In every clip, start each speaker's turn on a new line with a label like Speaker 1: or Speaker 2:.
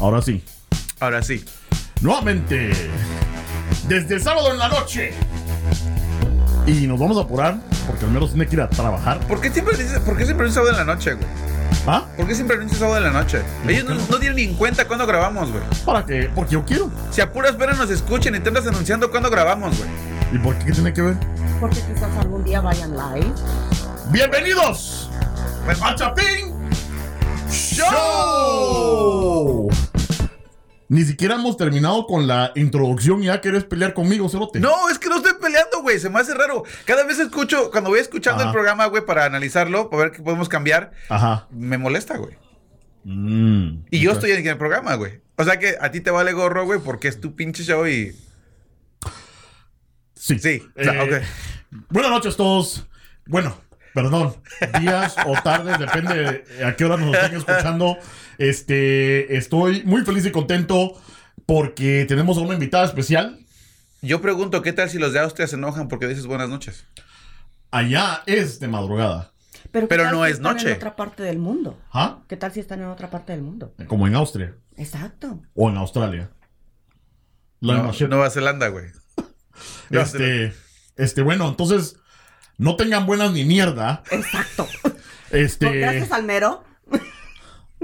Speaker 1: Ahora sí.
Speaker 2: Ahora sí.
Speaker 1: Nuevamente. Desde el sábado en la noche. Y nos vamos a apurar porque al menos tiene que ir a trabajar.
Speaker 2: ¿Por qué siempre dices, por qué siempre un sábado en la noche, güey?
Speaker 1: ¿Ah?
Speaker 2: ¿Por qué siempre anuncias sábado en la noche? Ellos no, no tienen ni en cuenta cuándo grabamos, güey.
Speaker 1: ¿Para qué? Porque yo quiero.
Speaker 2: Si apuras veras nos escuchen y te andas anunciando cuándo grabamos, güey.
Speaker 1: ¿Y por qué? ¿Qué tiene que ver?
Speaker 3: Porque quizás algún día vayan live.
Speaker 1: ¡Bienvenidos! Pues, ¡Al Chapín Show! Ni siquiera hemos terminado con la introducción y ya querés pelear conmigo, Cerote.
Speaker 2: No, es que no estoy peleando, güey. Se me hace raro. Cada vez escucho, cuando voy escuchando
Speaker 1: Ajá.
Speaker 2: el programa, güey, para analizarlo, para ver qué podemos cambiar,
Speaker 1: Ajá.
Speaker 2: me molesta, güey.
Speaker 1: Mm.
Speaker 2: Y yo
Speaker 1: Ok.
Speaker 2: estoy en el programa, güey. O sea que a ti te vale gorro, güey, porque es tu pinche show y.
Speaker 1: Sí.
Speaker 2: Sí.
Speaker 1: Eh,
Speaker 2: Ah, ok.
Speaker 1: Buenas noches todos. Bueno, perdón. Días o tardes, depende de a qué hora nos estén escuchando. Este, estoy muy feliz y contento porque tenemos a una invitada especial.
Speaker 2: Yo pregunto, ¿qué tal si los de Austria se enojan porque dices buenas noches?
Speaker 1: Allá es de madrugada.
Speaker 3: Pero,
Speaker 2: Pero
Speaker 3: ¿qué tal
Speaker 2: no
Speaker 3: si
Speaker 2: es
Speaker 3: están
Speaker 2: noche.
Speaker 3: En otra parte del mundo.
Speaker 1: ¿Ah?
Speaker 3: ¿Qué tal si están en otra parte del mundo?
Speaker 1: Como en Austria
Speaker 3: Exacto.
Speaker 1: o en Australia. La
Speaker 2: No,
Speaker 1: misma shit.
Speaker 2: Nueva Zelanda, güey. Nueva Zelanda.
Speaker 1: este, este, bueno, entonces no tengan buenas ni mierda.
Speaker 3: Exacto. Por-
Speaker 1: Este,
Speaker 3: Gracias al mero.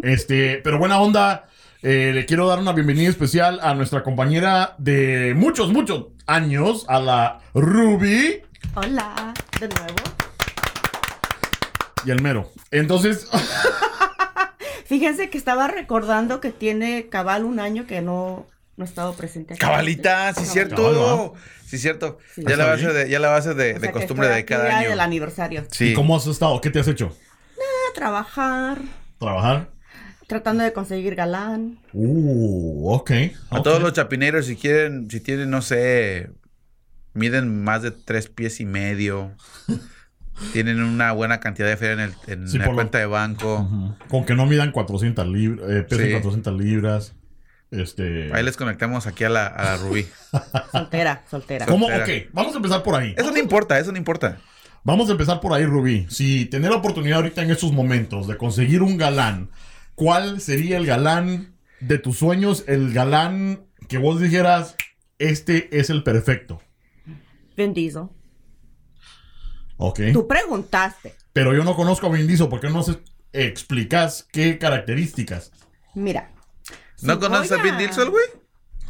Speaker 1: este, pero buena onda. Eh, le quiero dar una bienvenida especial a nuestra compañera de muchos, muchos años, a la Ruby
Speaker 3: Hola. De nuevo.
Speaker 1: y el mero. Entonces,
Speaker 3: Fíjense que estaba recordando que tiene cabal un año que no, no he estado presente. aquí.
Speaker 2: Cabalita, sí,
Speaker 3: Cabal.
Speaker 2: cierto. Sí, cierto.
Speaker 3: Sí.
Speaker 2: Ya la
Speaker 1: Está
Speaker 2: base
Speaker 1: bien.
Speaker 2: de, ya la base de,
Speaker 3: O
Speaker 2: de
Speaker 3: sea que
Speaker 2: costumbre
Speaker 3: estoy
Speaker 2: de
Speaker 3: aquí
Speaker 2: cada
Speaker 3: ya
Speaker 2: año.
Speaker 3: del aniversario.
Speaker 2: Sí.
Speaker 1: ¿y ¿cómo has estado? ¿Qué te has hecho?
Speaker 3: A trabajar,
Speaker 1: ¿Trabajar?
Speaker 3: tratando de conseguir galán.
Speaker 1: Uh, ok.
Speaker 2: A
Speaker 1: ok.
Speaker 2: todos los chapineros, si quieren, si tienen, no sé, miden más de tres pies y medio, tienen una buena cantidad de feria en, el, en
Speaker 1: Sí,
Speaker 2: la
Speaker 1: por lo-
Speaker 2: cuenta de banco,
Speaker 1: Ujú. Con que no midan 400 libras, eh, pesen
Speaker 2: Sí.
Speaker 1: 400 libras. Este.
Speaker 2: ahí les conectamos aquí a la, a la Rubí.
Speaker 3: Soltera, soltera.
Speaker 1: ¿Cómo? Ok,
Speaker 2: soltera.
Speaker 1: vamos a empezar por ahí.
Speaker 2: Eso no importa, eso no importa.
Speaker 1: Vamos a empezar por ahí, Rubí. Si tener la oportunidad ahorita en estos momentos de conseguir un galán, ¿cuál sería el galán de tus sueños? El galán que vos dijeras, este es el perfecto.
Speaker 3: Bendizo.
Speaker 1: Ok.
Speaker 2: ¿Eh?
Speaker 3: Tú preguntaste.
Speaker 1: Pero yo no conozco a Vin Diesel, ¿por qué no se explicas qué características?
Speaker 3: Mira.
Speaker 2: ¿No
Speaker 3: si
Speaker 2: conoces a
Speaker 3: voy
Speaker 2: Vin Diesel, güey?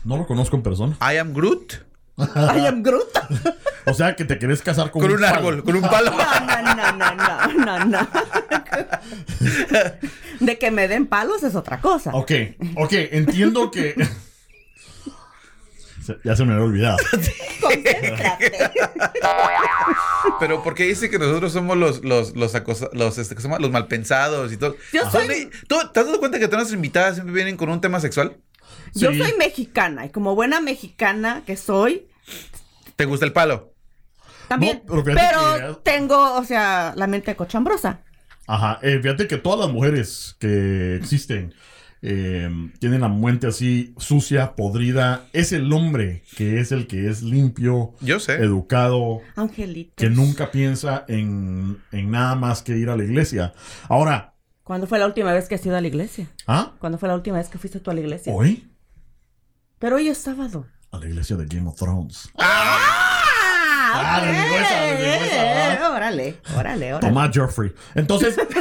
Speaker 1: No lo conozco en persona.
Speaker 2: I am Groot.
Speaker 3: I am Groot.
Speaker 1: O sea, que te querés casar con,
Speaker 2: Con un
Speaker 1: palo.
Speaker 2: árbol, con un palo.
Speaker 3: No, no, no, no, no, no, no. De que me den palos es otra cosa.
Speaker 1: Ok, ok, entiendo que... Se- ya se me había olvidado.
Speaker 3: Concéntrate.
Speaker 2: Pero porque dice que nosotros somos los los los acosa- los, este, ¿cómo se llama? los malpensados y todo.
Speaker 3: Yo
Speaker 2: Ajá.
Speaker 3: soy-
Speaker 2: Ni- ¿Tú te has dado cuenta que todas las invitadas siempre vienen con un tema sexual?
Speaker 3: Yo
Speaker 1: Sí.
Speaker 3: soy mexicana y como buena mexicana que soy,
Speaker 2: ¿Te gusta el palo?
Speaker 3: también.
Speaker 1: No, pero
Speaker 3: pero
Speaker 1: fíjate que-
Speaker 3: tengo, o sea, la mente cochambrosa.
Speaker 1: Ajá, eh, fíjate que todas las mujeres que existen eh, tienen la mente así sucia, podrida. Es el hombre que es el que es limpio,
Speaker 2: Yo sé.
Speaker 1: educado,
Speaker 3: Angelito.
Speaker 1: que nunca piensa en, en nada más que ir a la iglesia. Ahora,
Speaker 3: ¿Cuándo fue la última vez que has ido a la iglesia?
Speaker 1: ¿ah?
Speaker 3: ¿Cuándo fue la última vez que fuiste tú a la iglesia?
Speaker 1: ¿Hoy?
Speaker 3: Pero hoy es sábado.
Speaker 1: A la iglesia de Game of Thrones.
Speaker 3: Ah,
Speaker 1: Ah, les digo esa, les digo esa,
Speaker 3: eh, Órale, órale, órale.
Speaker 1: Tomás Joffrey. Entonces, este,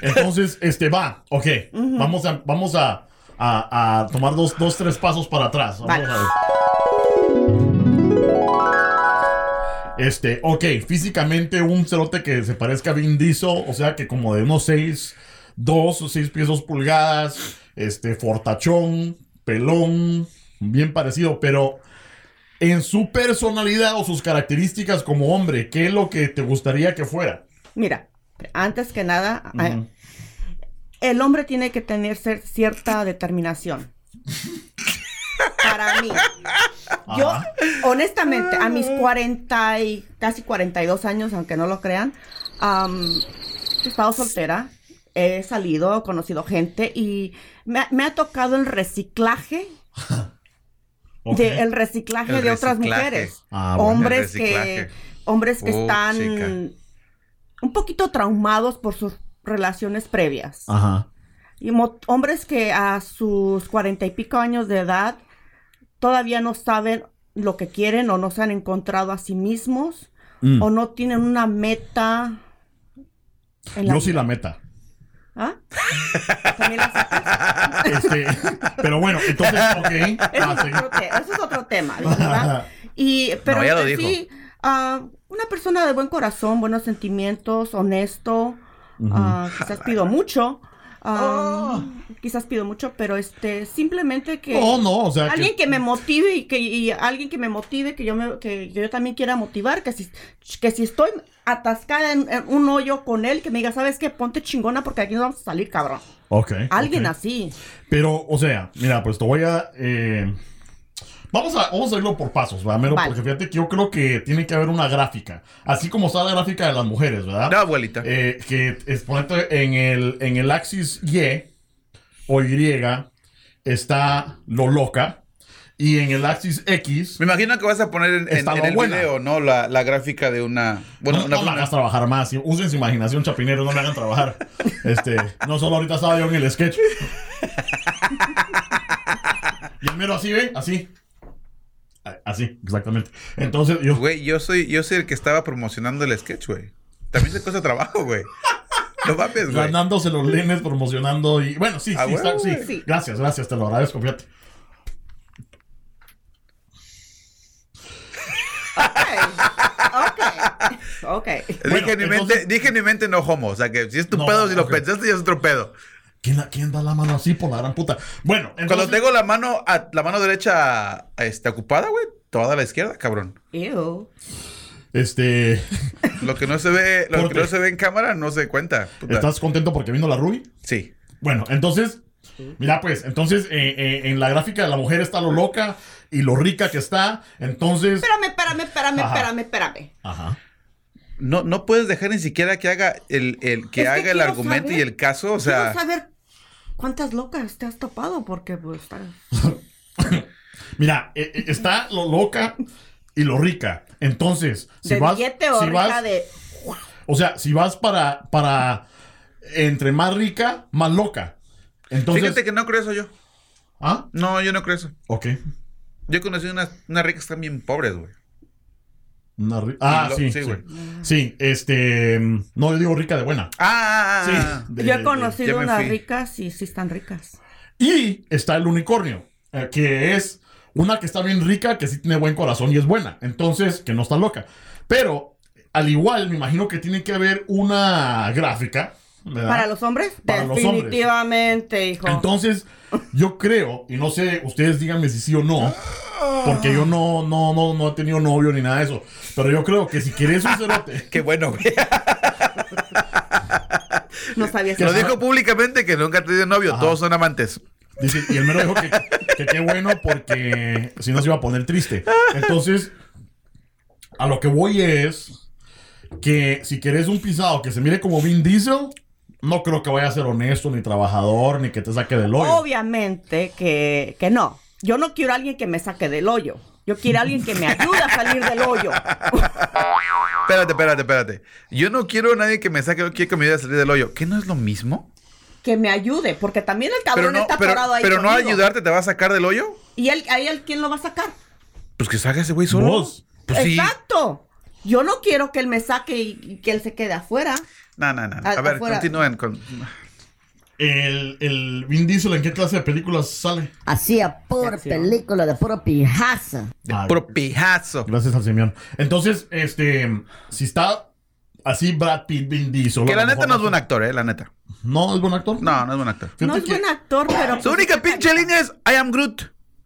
Speaker 1: entonces, este va, ok, vamos a, vamos a, a- a tomar dos, dos, tres pasos para atrás. Vamos
Speaker 3: Vale.
Speaker 1: a ver. Este, ok, físicamente un cerote que se parezca a Vin Diesel, o sea que como de unos 6, 2 o 6 pies 2 pulgadas, este, fortachón, pelón, bien parecido, pero en su personalidad o sus características como hombre, ¿qué es lo que te gustaría que fuera?
Speaker 3: Mira, antes que nada, eh, el hombre tiene que tener cer- cierta determinación. Para mí. Yo,
Speaker 1: Ajá.
Speaker 3: honestamente, a mis 40 y casi 42 años, aunque no lo crean, am, he estado soltera, he salido, he conocido gente y me, ha- me ha tocado el reciclaje,
Speaker 1: Ok.
Speaker 3: de, el reciclaje
Speaker 2: El
Speaker 3: de otras
Speaker 2: reciclaje.
Speaker 3: mujeres.
Speaker 1: Ah, bueno.
Speaker 3: hombres
Speaker 2: El reciclaje.
Speaker 3: que hombres que
Speaker 2: Oh,
Speaker 3: están
Speaker 2: chica.
Speaker 1: Ah.
Speaker 3: un poquito traumados por sus relaciones previas.
Speaker 1: Ajá.
Speaker 3: y mo- hombres que a sus cuarenta y pico años de edad todavía no saben lo que quieren o no se han encontrado a sí mismos
Speaker 1: Mm.
Speaker 3: o no tienen una meta. en
Speaker 1: Yo sí la meta.
Speaker 3: ¿Ah? También la sacas.
Speaker 1: Este, pero bueno, entonces, ok.
Speaker 3: Eso
Speaker 1: Ah,
Speaker 3: es, otro
Speaker 1: sí.
Speaker 3: te- eso es otro tema, ¿verdad? Y, pero
Speaker 2: No, ya lo
Speaker 3: en sí, ah, una persona de buen corazón, buenos sentimientos, honesto, ah, quizás pido mucho, ah, quizás pido mucho, pero este, simplemente que
Speaker 1: No, no, o sea.
Speaker 3: alguien
Speaker 1: Oh, Que,
Speaker 3: que me motive y que y alguien que me motive, que yo me, que yo también quiera motivar, que si, que si estoy atascada en, en un hoyo con él, que me diga, sabes qué, ponte chingona porque aquí nos vamos a salir, cabrón.
Speaker 1: ok,
Speaker 3: Alguien
Speaker 1: ok.
Speaker 3: así.
Speaker 1: Pero, o sea, mira, pues te voy a. eh, vamos a vamos a irlo por pasos, ¿verdad? Mero?
Speaker 3: Vale.
Speaker 1: Porque fíjate que yo creo que tiene que haber una gráfica. Así como está la gráfica de las mujeres, ¿verdad?
Speaker 2: No, abuelita.
Speaker 1: Eh, que es, ponete, en el, en el axis Y o Y está lo loca. Y en el axis X.
Speaker 2: Me imagino que vas a poner en, en-
Speaker 1: Estaba
Speaker 2: en el
Speaker 1: buena.
Speaker 2: video, ¿no? La, la gráfica de una. Bueno,
Speaker 1: no,
Speaker 2: una,
Speaker 1: no me hagas trabajar más. sí, Usen su imaginación, chapineros, no me hagan trabajar. Este, no solo ahorita estaba yo en el sketch. Y el mero así, ¿ve? Así. A- Así, exactamente. Entonces, yo.
Speaker 2: Güey, yo soy, yo soy el que estaba promocionando el sketch, güey. También se cuesta trabajo, güey. No mames, güey.
Speaker 1: Ganándose los lenes, promocionando y. Bueno, sí,
Speaker 2: Ah,
Speaker 1: sí,
Speaker 2: bueno,
Speaker 1: está- sí.
Speaker 3: güey. Sí.
Speaker 1: Gracias, gracias, te lo agradezco, fíjate.
Speaker 3: Ok, ok, ok.
Speaker 1: Bueno,
Speaker 2: dije, en mi
Speaker 1: entonces-
Speaker 2: mente, dije en mi mente no homo. O sea que si es tu
Speaker 1: No,
Speaker 2: pedo, si lo
Speaker 1: ok.
Speaker 2: pensaste, ya es otro pedo.
Speaker 1: ¿Quién, la- quién da la mano así por la gran puta? Bueno,
Speaker 2: Cuando
Speaker 1: entonces.
Speaker 2: tengo la mano, a- la mano derecha a- este, ocupada, güey, toda la izquierda, cabrón.
Speaker 3: Ew.
Speaker 1: Este.
Speaker 2: Lo que no se ve, lo
Speaker 1: Corte.
Speaker 2: que no se ve en cámara no se cuenta. puta.
Speaker 1: ¿Estás contento porque vino la Ruby?
Speaker 2: Sí.
Speaker 1: Bueno, entonces, mira pues, entonces eh, eh, en la gráfica de la mujer está lo loca y lo rica que está, entonces...
Speaker 3: Espérame, espérame, espérame,
Speaker 1: Ajá.
Speaker 3: espérame, espérame.
Speaker 1: Ajá.
Speaker 2: No, no puedes dejar ni siquiera que haga el, el que
Speaker 3: Es que
Speaker 2: haga el
Speaker 3: quiero
Speaker 2: argumento
Speaker 3: saber-
Speaker 2: y el caso. O sea,
Speaker 3: Quiero saber cuántas locas te has topado porque pues está...
Speaker 1: Mira, eh, eh, está lo loca y lo rica. Entonces, si
Speaker 3: de
Speaker 1: vas...
Speaker 3: billete o
Speaker 1: si
Speaker 3: rica
Speaker 1: vas-
Speaker 3: de...
Speaker 1: O sea, si vas para, para... Entre más rica, más loca. Entonces...
Speaker 2: fíjate que no creo eso yo.
Speaker 1: Ah,
Speaker 2: No, yo no creo eso.
Speaker 1: ok.
Speaker 2: Yo conocí unas, unas ricas también pobres, güey.
Speaker 1: Una ri- Ah,
Speaker 2: Y lo-
Speaker 1: sí.
Speaker 2: sí,
Speaker 1: Sí,
Speaker 2: güey.
Speaker 1: Sí, este... mm, No, yo digo rica de buena.
Speaker 2: Ah,
Speaker 1: Sí. de-
Speaker 3: Yo he
Speaker 1: de-
Speaker 2: ya
Speaker 3: conocido
Speaker 2: me
Speaker 3: unas
Speaker 2: fui.
Speaker 3: ricas y sí están ricas.
Speaker 1: Y está el unicornio, eh, que es una que está bien rica, que sí tiene buen corazón y es buena. Entonces, que no está loca. Pero, al igual, me imagino que tiene que haber una gráfica. ¿verdad?
Speaker 3: ¿Para los hombres?
Speaker 1: ¿Ah? Para los hombres.
Speaker 3: Definitivamente, hijo.
Speaker 1: Entonces, yo creo, y no sé, ustedes díganme si sí o no, porque yo no, no, no, no he tenido novio ni nada de eso. Pero yo creo que si quieres un cerote.
Speaker 2: Qué bueno, güey.
Speaker 3: no sabía
Speaker 2: Que lo
Speaker 3: si-
Speaker 2: dijo públicamente que nunca ha tenido novio.
Speaker 1: Ajá.
Speaker 2: Todos son amantes.
Speaker 1: Dice, y el mero dijo que que qué bueno porque si no se iba a poner triste. Entonces, a lo que voy es que si querés un pisado que se mire como Vin Diesel, no creo que vaya a ser honesto, ni trabajador, ni que te saque del hoyo.
Speaker 3: Obviamente que, que no. Yo no quiero a alguien que me saque del hoyo. Yo quiero a alguien que me ayude a salir del hoyo.
Speaker 2: Espérate, espérate, espérate. Yo no quiero a nadie que me saque, quiero que me ayude a salir del hoyo. ¿Qué no es lo mismo?
Speaker 3: Que me ayude, porque también el
Speaker 2: Pero
Speaker 3: cabrón
Speaker 2: no,
Speaker 3: está
Speaker 2: pero,
Speaker 3: atorado ahí.
Speaker 2: pero no
Speaker 3: conmigo.
Speaker 2: ayudarte te va a sacar del hoyo.
Speaker 3: ¿Y él, a él quién lo va a sacar?
Speaker 2: Pues que salga ese güey solo.
Speaker 1: Vos.
Speaker 2: Pues sí.
Speaker 3: Exacto. Yo no quiero que él me saque y, y que él se quede afuera.
Speaker 2: No, no, no. A,
Speaker 3: A-
Speaker 2: ver,
Speaker 3: afuera.
Speaker 2: continúen con.
Speaker 1: El, el Vin Diesel, ¿en qué clase de películas sale?
Speaker 4: Hacía pura película de puro pijaza.
Speaker 2: De
Speaker 1: Ah,
Speaker 2: puro pijazo.
Speaker 1: Gracias al Simeón. Entonces, este, si está así Brad Pitt, Vin Diesel.
Speaker 2: Que
Speaker 1: a
Speaker 2: la
Speaker 1: lo
Speaker 2: neta
Speaker 1: mejor
Speaker 2: no es buen actor, eh, la neta.
Speaker 1: ¿No es buen actor?
Speaker 2: No, no es buen actor.
Speaker 1: Fíjate
Speaker 3: no es
Speaker 1: que-
Speaker 3: buen actor, pero. pues,
Speaker 2: Su única pinche línea es I am Groot.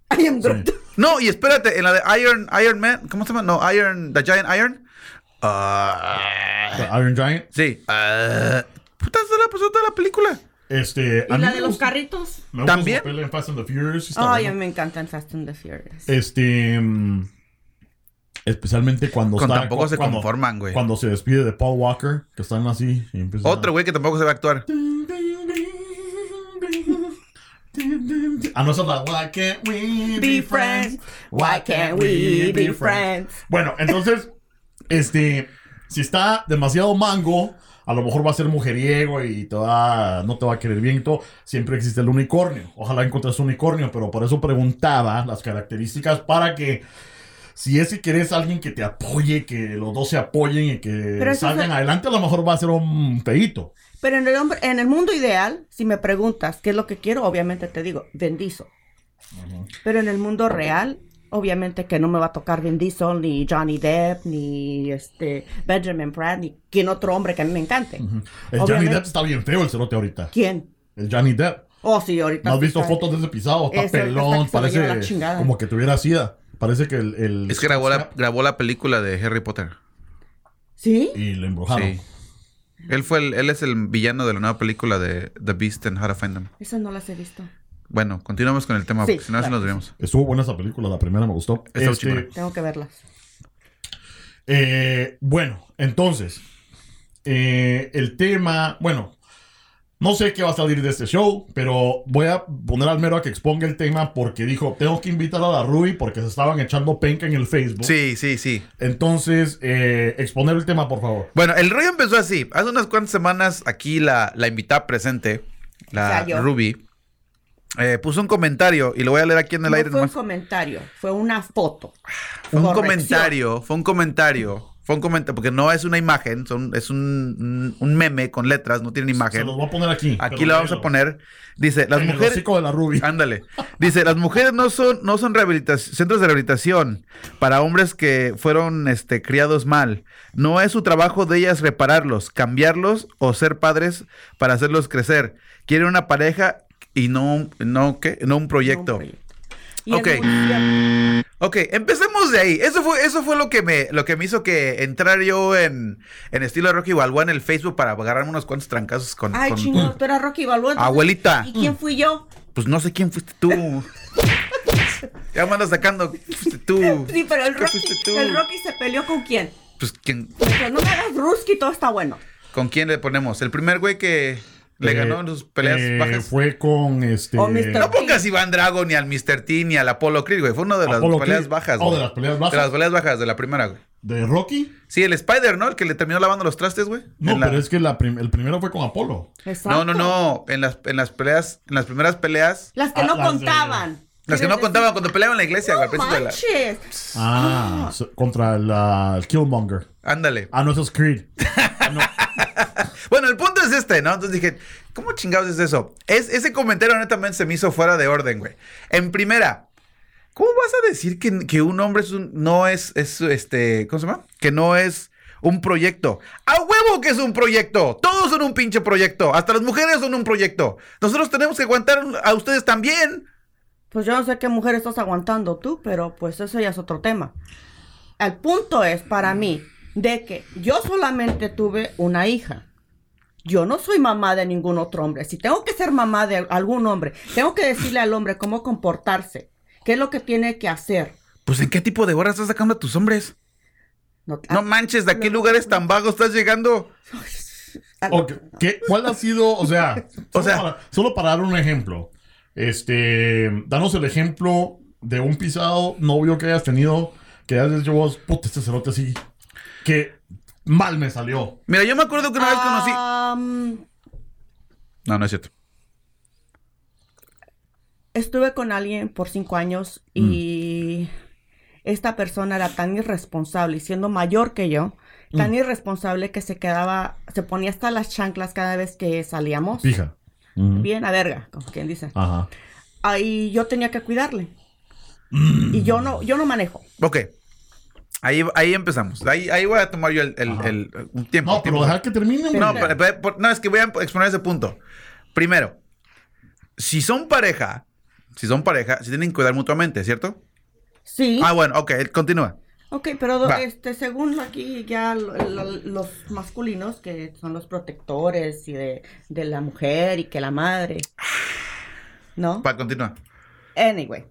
Speaker 3: Ay, en bruto.
Speaker 2: No, y espérate, en la de Iron, Iron Man, ¿cómo se llama? No, Iron, The Giant Iron. Ah,
Speaker 1: Iron Giant.
Speaker 2: sí. Ah, puta, se la pasó toda la película.
Speaker 1: Este, a
Speaker 3: ¿Y
Speaker 1: mí
Speaker 3: la
Speaker 1: me
Speaker 3: de los
Speaker 1: gusta-
Speaker 3: carritos?
Speaker 1: Me gusta
Speaker 2: ¿También?
Speaker 1: su papel en Fast and the Furious. está
Speaker 3: Ay, a mí
Speaker 1: bueno.
Speaker 3: me encantan Fast and the Furious.
Speaker 1: Este. mm, Especialmente cuando
Speaker 2: Con
Speaker 1: está-
Speaker 2: tampoco
Speaker 1: cu-
Speaker 2: se
Speaker 1: cuando-
Speaker 2: conforman, güey.
Speaker 1: Cuando se despide de Paul Walker, que están así. y empiezan
Speaker 2: Otro güey que tampoco se va a actuar.
Speaker 1: a... Ah, no, esa es la- Why can't we be
Speaker 3: Be
Speaker 1: friends?
Speaker 3: friends? Why can't we be friends?
Speaker 1: Bueno, entonces, este. Si está demasiado mango, a lo mejor va a ser mujeriego y te va, no te va a querer bien y todo. Siempre existe el unicornio. Ojalá encontres un unicornio, pero por eso preguntaba las características para que si es que quieres alguien que te apoye, que los dos se apoyen y
Speaker 3: Pero
Speaker 1: que
Speaker 3: eso
Speaker 1: salgan
Speaker 3: es-
Speaker 1: adelante, a lo mejor va a ser un peito.
Speaker 3: Pero en el, hombre- en el mundo ideal, si me preguntas qué es lo que quiero, obviamente te digo, bendizo. Pero en el mundo real, obviamente que no me va a tocar Vin Diesel, ni Johnny Depp, ni este Benjamin Pratt, ni quien otro hombre que a mí me encante.
Speaker 1: El Johnny
Speaker 3: Obviamente.
Speaker 1: Depp está bien feo el cerote ahorita.
Speaker 3: ¿Quién?
Speaker 1: El Johnny Depp.
Speaker 3: Oh, sí, ahorita.
Speaker 1: ¿No has
Speaker 3: sí
Speaker 1: visto
Speaker 3: está-
Speaker 1: fotos de ese pisado? Está
Speaker 3: Ese ahorita
Speaker 1: pelón,
Speaker 3: está que se lo lleva la
Speaker 1: parece
Speaker 3: chingada.
Speaker 1: como que tuviera sida. Parece que el... el-
Speaker 2: Es que grabó la, grabó la película de Harry Potter.
Speaker 3: ¿Sí?
Speaker 1: Y lo embrujaron.
Speaker 2: Sí. Él fue el- él es el villano de la nueva película de The Beast and How to Find Them.
Speaker 3: Esas no las he visto.
Speaker 2: Bueno, continuamos con el tema,
Speaker 3: Sí,
Speaker 2: porque si no, así
Speaker 3: claro.
Speaker 2: nos diríamos.
Speaker 1: Estuvo buena esa película, la primera me gustó.
Speaker 2: Está
Speaker 1: Este,
Speaker 2: chingona.
Speaker 3: Tengo que verlas.
Speaker 1: eh, bueno, entonces, eh, el tema, bueno, no sé qué va a salir de este show, pero voy a poner al mero a que exponga el tema porque dijo, tengo que invitar a la Ruby porque se estaban echando penca en el Facebook.
Speaker 2: Sí, sí, sí.
Speaker 1: Entonces, eh, exponer el tema, por favor.
Speaker 2: Bueno, el rollo empezó así. Hace unas cuantas semanas aquí la, la invitada presente,
Speaker 3: O
Speaker 2: la
Speaker 3: sea, yo.
Speaker 2: Ruby, eh, puso un comentario y lo voy a leer aquí en el
Speaker 3: No
Speaker 2: aire.
Speaker 3: fue un
Speaker 2: nomás.
Speaker 3: comentario, fue una foto.
Speaker 2: Fue un
Speaker 3: Corrección.
Speaker 2: comentario, fue un comentario, fue un comentario, porque no es una imagen, son, es un, un meme con letras, no tiene
Speaker 1: Se
Speaker 2: imagen.
Speaker 1: los voy a poner aquí.
Speaker 2: Aquí
Speaker 1: pero
Speaker 2: la vamos a
Speaker 1: léelo.
Speaker 2: poner. Dice, las
Speaker 1: En el
Speaker 2: mujeres... Ah,
Speaker 1: hocico de la Ruby.
Speaker 2: Ándale. Dice, las mujeres no son, no son rehabilita- centros de rehabilitación para hombres que fueron este, criados mal. No es su trabajo de ellas repararlos, cambiarlos o ser padres para hacerlos crecer. Quieren una pareja y no, no, ¿qué? no un proyecto.
Speaker 3: Un proyecto. Y es
Speaker 2: Ok.
Speaker 3: muy cierto.
Speaker 2: Ok, empecemos de ahí. Eso fue, eso fue lo que me, lo que me hizo que entrar yo en, en estilo Rocky Balboa en el Facebook para agarrarme unos cuantos trancazos con,
Speaker 3: Ay,
Speaker 2: con-
Speaker 3: chino, tú eras Rocky Balboa. entonces-
Speaker 2: Abuelita.
Speaker 3: ¿Y quién fui yo?
Speaker 2: Pues no sé quién fuiste tú. ya me andas sacando. Fuiste tú.
Speaker 3: Sí, pero el
Speaker 2: Mm. ¿Qué
Speaker 3: Rocky,
Speaker 2: fuiste tú?
Speaker 3: el Rocky se peleó con quién.
Speaker 2: Pues ¿quién-
Speaker 3: Dijo, no me hagas Ruski, todo está bueno.
Speaker 2: ¿con quién le ponemos? El primer güey que le
Speaker 1: Eh,
Speaker 2: ganó en sus peleas
Speaker 1: eh,
Speaker 2: bajas.
Speaker 1: Fue con este.
Speaker 3: O Mr.
Speaker 2: No pongas Iván Drago, ni al Mr. T, ni al Apollo Creed, güey. Fue uno de las
Speaker 1: Apollo
Speaker 2: peleas
Speaker 1: Creed.
Speaker 2: bajas.
Speaker 1: Oh,
Speaker 2: güey.
Speaker 1: de las peleas bajas.
Speaker 2: De las peleas bajas, de la primera, güey.
Speaker 1: ¿De Rocky?
Speaker 2: Sí, el Spider, ¿no? El que le terminó lavando los trastes, güey.
Speaker 1: No,
Speaker 2: En la-
Speaker 1: pero es que la prim- el primero fue con Apolo.
Speaker 3: Exacto.
Speaker 2: No, no, no. En las, en las peleas, en las primeras peleas.
Speaker 3: Las que
Speaker 1: Ah,
Speaker 3: no
Speaker 1: las de-
Speaker 3: contaban.
Speaker 2: Las que no
Speaker 3: Quieres
Speaker 2: contaban
Speaker 3: decir,
Speaker 2: cuando peleaban en la iglesia, güey. al
Speaker 3: No
Speaker 2: principio de la-
Speaker 3: manches.
Speaker 1: Ah, so- contra la Killmonger.
Speaker 2: Ándale.
Speaker 1: Ah, no, eso es Creed.
Speaker 2: Bueno, el punto es este, ¿no? Entonces dije, ¿cómo chingados es eso? Es, ese comentario netamente se me hizo fuera de orden, güey. En primera, ¿cómo vas a decir que, que un hombre es un- no es, es, este, ¿cómo se llama? Que no es un proyecto. ¡A huevo que es un proyecto! Todos son un pinche proyecto. Hasta las mujeres son un proyecto. Nosotros tenemos que aguantar a ustedes también.
Speaker 3: Pues yo no sé qué mujer estás aguantando tú, pero pues eso ya es otro tema. El punto es para mí de que yo solamente tuve una hija. Yo no soy mamá de ningún otro hombre. Si tengo que ser mamá de algún hombre, tengo que decirle al hombre cómo comportarse, qué es lo que tiene que hacer.
Speaker 2: Pues, ¿en qué tipo de horas estás sacando a tus hombres?
Speaker 3: No,
Speaker 2: No manches, ¿de qué lugares tan vagos estás llegando?
Speaker 3: a-
Speaker 1: Ok, ¿qué- ¿Cuál ha sido? O sea,
Speaker 2: O
Speaker 1: o
Speaker 2: sea-
Speaker 1: sea para, solo para dar un ejemplo. Este, danos el ejemplo de un pisado novio que hayas tenido, que hayas dicho vos, puta, este cerote así, que mal me salió.
Speaker 2: Mira, yo me acuerdo que una vez conocí...
Speaker 3: Ah. Am,
Speaker 2: No, no es cierto.
Speaker 3: estuve con alguien por cinco años y
Speaker 2: Mm.
Speaker 3: esta persona era tan irresponsable y siendo mayor que yo, tan
Speaker 2: Mm.
Speaker 3: irresponsable que se quedaba, se ponía hasta las chanclas cada vez que salíamos.
Speaker 1: Fija. Ujú.
Speaker 3: Bien a verga, como quien dice.
Speaker 2: Ah.
Speaker 1: Ajá.
Speaker 3: Ahí yo tenía que cuidarle.
Speaker 2: Mm.
Speaker 3: Y yo no, yo no manejo.
Speaker 2: Ok. Ahí, ahí empezamos. Ahí, ahí voy a tomar yo el, el-
Speaker 1: Ajá.
Speaker 2: el- un tiempo.
Speaker 1: No, pero
Speaker 2: tiempo.
Speaker 1: dejar que termine, hombre.
Speaker 2: No, pero- pero- por- no, es que voy a exponer ese punto. Primero, si son pareja, si son pareja, se tienen que cuidar mutuamente, ¿cierto?
Speaker 3: Sí.
Speaker 2: Ah, bueno, ok, continúa.
Speaker 3: Ok, pero do-
Speaker 2: Va.
Speaker 3: este, según aquí ya lo- lo- los masculinos que son los protectores y de, de la mujer y que la madre. ¿No?
Speaker 2: Va, continúa.
Speaker 3: Anyway.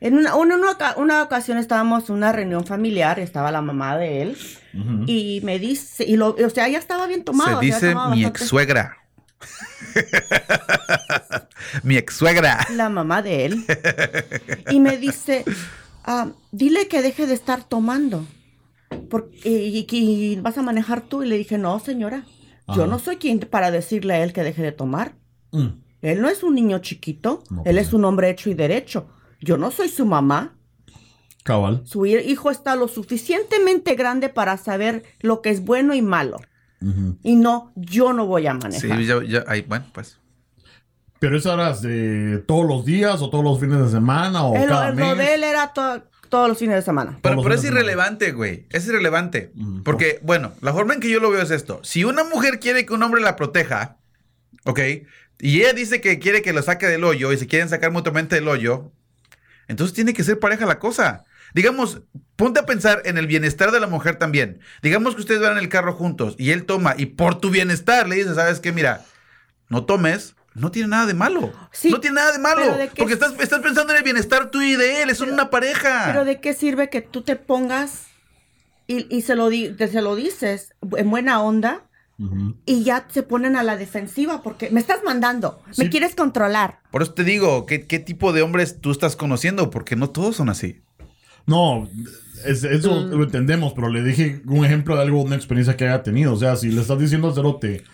Speaker 3: En una, una, una oca- una ocasión estábamos en una reunión familiar, estaba la mamá de él,
Speaker 1: Ujú.
Speaker 3: y me dice, y lo, o sea, ella estaba bien tomada. o
Speaker 2: se
Speaker 3: sea,
Speaker 2: dice
Speaker 3: tomaba
Speaker 2: mi
Speaker 3: bastante-
Speaker 2: ex suegra. mi ex suegra.
Speaker 3: La mamá de él. Y me dice, ah, dile que deje de estar tomando, porque, y, y- y vas a manejar tú. Y le dije, no, señora,
Speaker 1: Ajá.
Speaker 3: Yo no soy quien para decirle a él que deje de tomar.
Speaker 1: Mm.
Speaker 3: Él no es un niño chiquito,
Speaker 1: No,
Speaker 3: él
Speaker 1: pues
Speaker 3: es
Speaker 1: no.
Speaker 3: un hombre hecho y derecho. Yo no soy su mamá.
Speaker 1: Cabal.
Speaker 3: Su hi- hijo está lo suficientemente grande para saber lo que es bueno y malo.
Speaker 1: Ujú.
Speaker 3: Y no, yo no voy a
Speaker 2: Sí,
Speaker 3: manejar.
Speaker 2: yo, yo, ahí, bueno, pues.
Speaker 1: Pero esas horas de todos los días o todos los fines de semana o
Speaker 3: El-
Speaker 1: cada
Speaker 3: el- lo
Speaker 1: mes.
Speaker 3: de él era to- todos los fines de semana.
Speaker 2: Pero,
Speaker 1: Todos los
Speaker 2: pero es
Speaker 1: fines de
Speaker 2: irrelevante, güey. Es irrelevante.
Speaker 1: Mm.
Speaker 2: Porque, bueno, la forma en que yo lo veo es esto. Si una mujer quiere que un hombre la proteja, ¿ok? Y ella dice que quiere que lo saque del hoyo y se quieren sacar mutuamente del hoyo, entonces tiene que ser pareja la cosa. Digamos, ponte a pensar en el bienestar de la mujer también. Digamos que ustedes van en el carro juntos y él toma y por tu bienestar le dice, ¿sabes qué? Mira, no tomes. No tiene nada de malo.
Speaker 3: Sí,
Speaker 2: no tiene nada de malo.
Speaker 3: pero de que-
Speaker 2: porque estás, estás pensando en el bienestar tú y de él. Son una pareja.
Speaker 3: Pero ¿de qué sirve que tú te pongas y, y se, lo di- te- se lo dices en buena onda
Speaker 1: Ujú.
Speaker 3: y ya se ponen a la defensiva porque me estás mandando, me quieres controlar?
Speaker 2: Por eso te digo, ¿qué, qué tipo de hombres tú estás conociendo? Porque no todos son así.
Speaker 1: No, es- eso
Speaker 3: Mm.
Speaker 1: lo entendemos, pero le dije un ejemplo de algo, una experiencia que haya tenido. O sea, si le estás diciendo al cerote,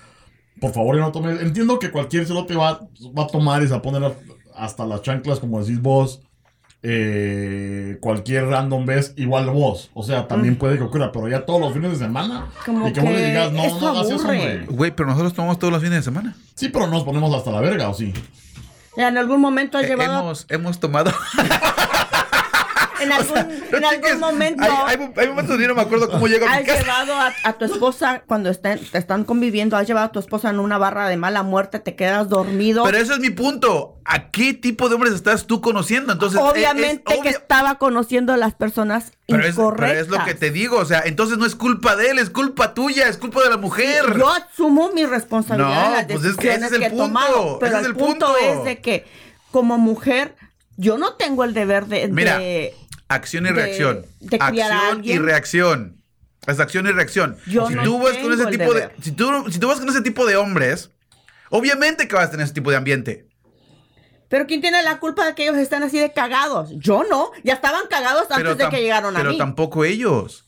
Speaker 1: por favor, ya no tomes. Entiendo que cualquier cerote va, va a tomar y se va a poner hasta las chanclas, como decís vos. eh, cualquier random ves igual vos. O sea, también puede que ocurra, pero ya todos los fines de semana.
Speaker 3: Mm. Como
Speaker 1: y que vos le
Speaker 3: que
Speaker 1: digas, no,
Speaker 3: eso
Speaker 1: no hagas eso,
Speaker 3: aburre.
Speaker 1: güey.
Speaker 2: Güey, pero nosotros tomamos todos los fines de semana.
Speaker 1: Sí, pero no nos ponemos hasta la verga, ¿o sí?
Speaker 3: En algún momento has
Speaker 2: Eh,
Speaker 3: llevado...
Speaker 2: hemos, hemos tomado.
Speaker 3: en algún,
Speaker 2: No
Speaker 3: en algún
Speaker 2: chingues.
Speaker 3: momento...
Speaker 2: Hay, hay mom- hay momentos donde yo no me acuerdo cómo llego a mi
Speaker 3: Has
Speaker 2: casa.
Speaker 3: llevado a, a tu esposa cuando estén- te están conviviendo, has llevado a tu esposa en una barra de mala muerte, te quedas dormido.
Speaker 2: Pero ese es mi punto. ¿A qué tipo de hombres estás tú conociendo? Entonces, eh, es- es
Speaker 3: Obviamente que
Speaker 2: obvio-
Speaker 3: estaba conociendo a las personas
Speaker 2: Pero es, pero
Speaker 3: incorrectas.
Speaker 2: es lo que te digo. O sea, entonces no es culpa de él, es culpa tuya, es culpa de la mujer.
Speaker 3: Yo asumo mi responsabilidad
Speaker 2: No,
Speaker 3: en las
Speaker 2: pues es que
Speaker 3: decisiones
Speaker 2: ese es el
Speaker 3: que he
Speaker 2: punto,
Speaker 3: tomado, pero
Speaker 2: ese es
Speaker 3: el,
Speaker 2: el
Speaker 3: punto,
Speaker 2: punto.
Speaker 3: es de que como mujer yo no tengo el deber de, de-
Speaker 2: Mira, acción y
Speaker 3: de-
Speaker 2: reacción.
Speaker 3: de criar a
Speaker 2: acción y
Speaker 3: alguien.
Speaker 2: reacción. Es acción y reacción.
Speaker 3: Yo
Speaker 2: si
Speaker 3: no
Speaker 2: tú vas con
Speaker 3: tengo
Speaker 2: ese
Speaker 3: el
Speaker 2: tipo de
Speaker 3: deber.
Speaker 2: si tú, si tú vas con ese tipo de hombres, obviamente que vas a tener ese tipo de ambiente.
Speaker 3: pero quién tiene la culpa de que ellos están así de cagados. Yo no, ya estaban cagados antes de
Speaker 2: tam-
Speaker 3: que llegaron a
Speaker 2: pero
Speaker 3: mí.
Speaker 2: tampoco ellos.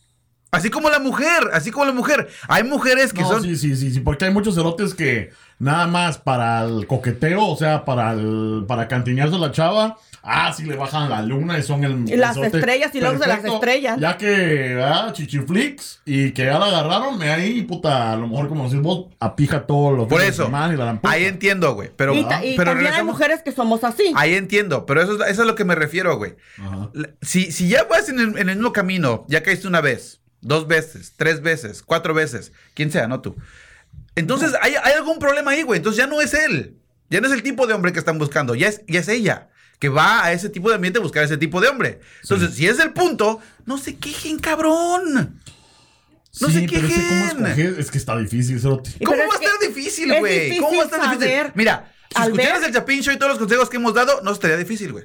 Speaker 2: Así como la mujer, así como la mujer. Hay mujeres que
Speaker 1: No,
Speaker 2: son
Speaker 1: sí, sí, sí, sí, porque hay muchos cerotes que nada más para el coqueteo, o sea, para el, para cantinearse a la chava, ah, sí le bajan la luna y son el
Speaker 3: Y las
Speaker 1: cerote
Speaker 3: estrellas, y luego de las
Speaker 1: perfecto,
Speaker 3: estrellas.
Speaker 1: Ya que, ah, chichiflix, y que ya la agarraron, me ahí, puta, a lo mejor como decís vos, apija todos los
Speaker 2: por
Speaker 1: fines de
Speaker 2: eso.
Speaker 1: semana y la lampuja.
Speaker 2: Ahí entiendo, güey, pero
Speaker 3: y ta- y
Speaker 2: pero
Speaker 3: también hay
Speaker 2: regresamos-
Speaker 3: mujeres que somos así.
Speaker 2: Ahí entiendo, pero eso, es- eso es lo que me refiero, güey.
Speaker 1: Ajá.
Speaker 2: La- Si, si ya vas en el, en el mismo camino, ya caíste una vez, dos veces, tres veces, cuatro veces, quien sea, no tú. Entonces, hay, hay algún problema ahí, güey. Entonces ya no es él. Ya no es el tipo de hombre que están buscando. Ya es, ya es ella que va a ese tipo de ambiente a buscar ese tipo de hombre. Entonces, si es el punto, no se quejen, cabrón. No
Speaker 1: sí,
Speaker 2: se
Speaker 1: pero es que cómo
Speaker 2: quejen.
Speaker 1: escoger, es que está difícil, cerote.
Speaker 3: Y
Speaker 2: ¿Cómo
Speaker 3: pero
Speaker 2: va a
Speaker 3: es que
Speaker 2: estar difícil,
Speaker 3: es
Speaker 2: güey? ¿Cómo va a estar
Speaker 3: difícil
Speaker 2: difícil?
Speaker 3: saber,
Speaker 2: Mira, si
Speaker 3: al
Speaker 2: escucharas
Speaker 3: ver-
Speaker 2: el Chapin Show y todos los consejos que hemos dado, no estaría difícil, güey.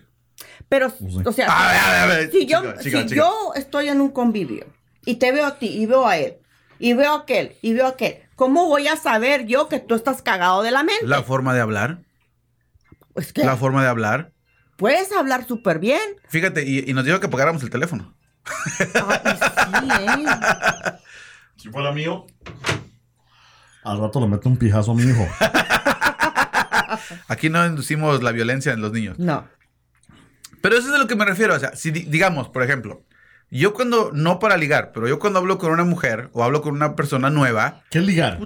Speaker 3: Pero,
Speaker 1: No sé.
Speaker 3: o sea,
Speaker 2: A ver, a ver, a ver.
Speaker 3: si, yo,
Speaker 2: Chica, chica,
Speaker 3: si
Speaker 2: chica.
Speaker 3: yo estoy en un convivio y te veo a ti y veo a él y veo a aquel y veo a aquel, ¿cómo voy a saber yo que tú estás cagado de la mente?
Speaker 2: La forma de hablar.
Speaker 3: Pues que
Speaker 2: La forma de hablar.
Speaker 3: puedes hablar súper bien.
Speaker 2: Fíjate, y, y nos dijo que pagáramos el teléfono.
Speaker 3: Ay, sí, ¿eh?
Speaker 1: Si fuera mío, al rato le meto un pijazo a mi hijo.
Speaker 2: Aquí no inducimos la violencia en los niños.
Speaker 3: No.
Speaker 2: Pero eso es de lo que me refiero. O sea, si di- digamos, por ejemplo, yo cuando, no para ligar, pero yo cuando hablo con una mujer o hablo con una persona nueva,
Speaker 1: ¿Qué es ligar?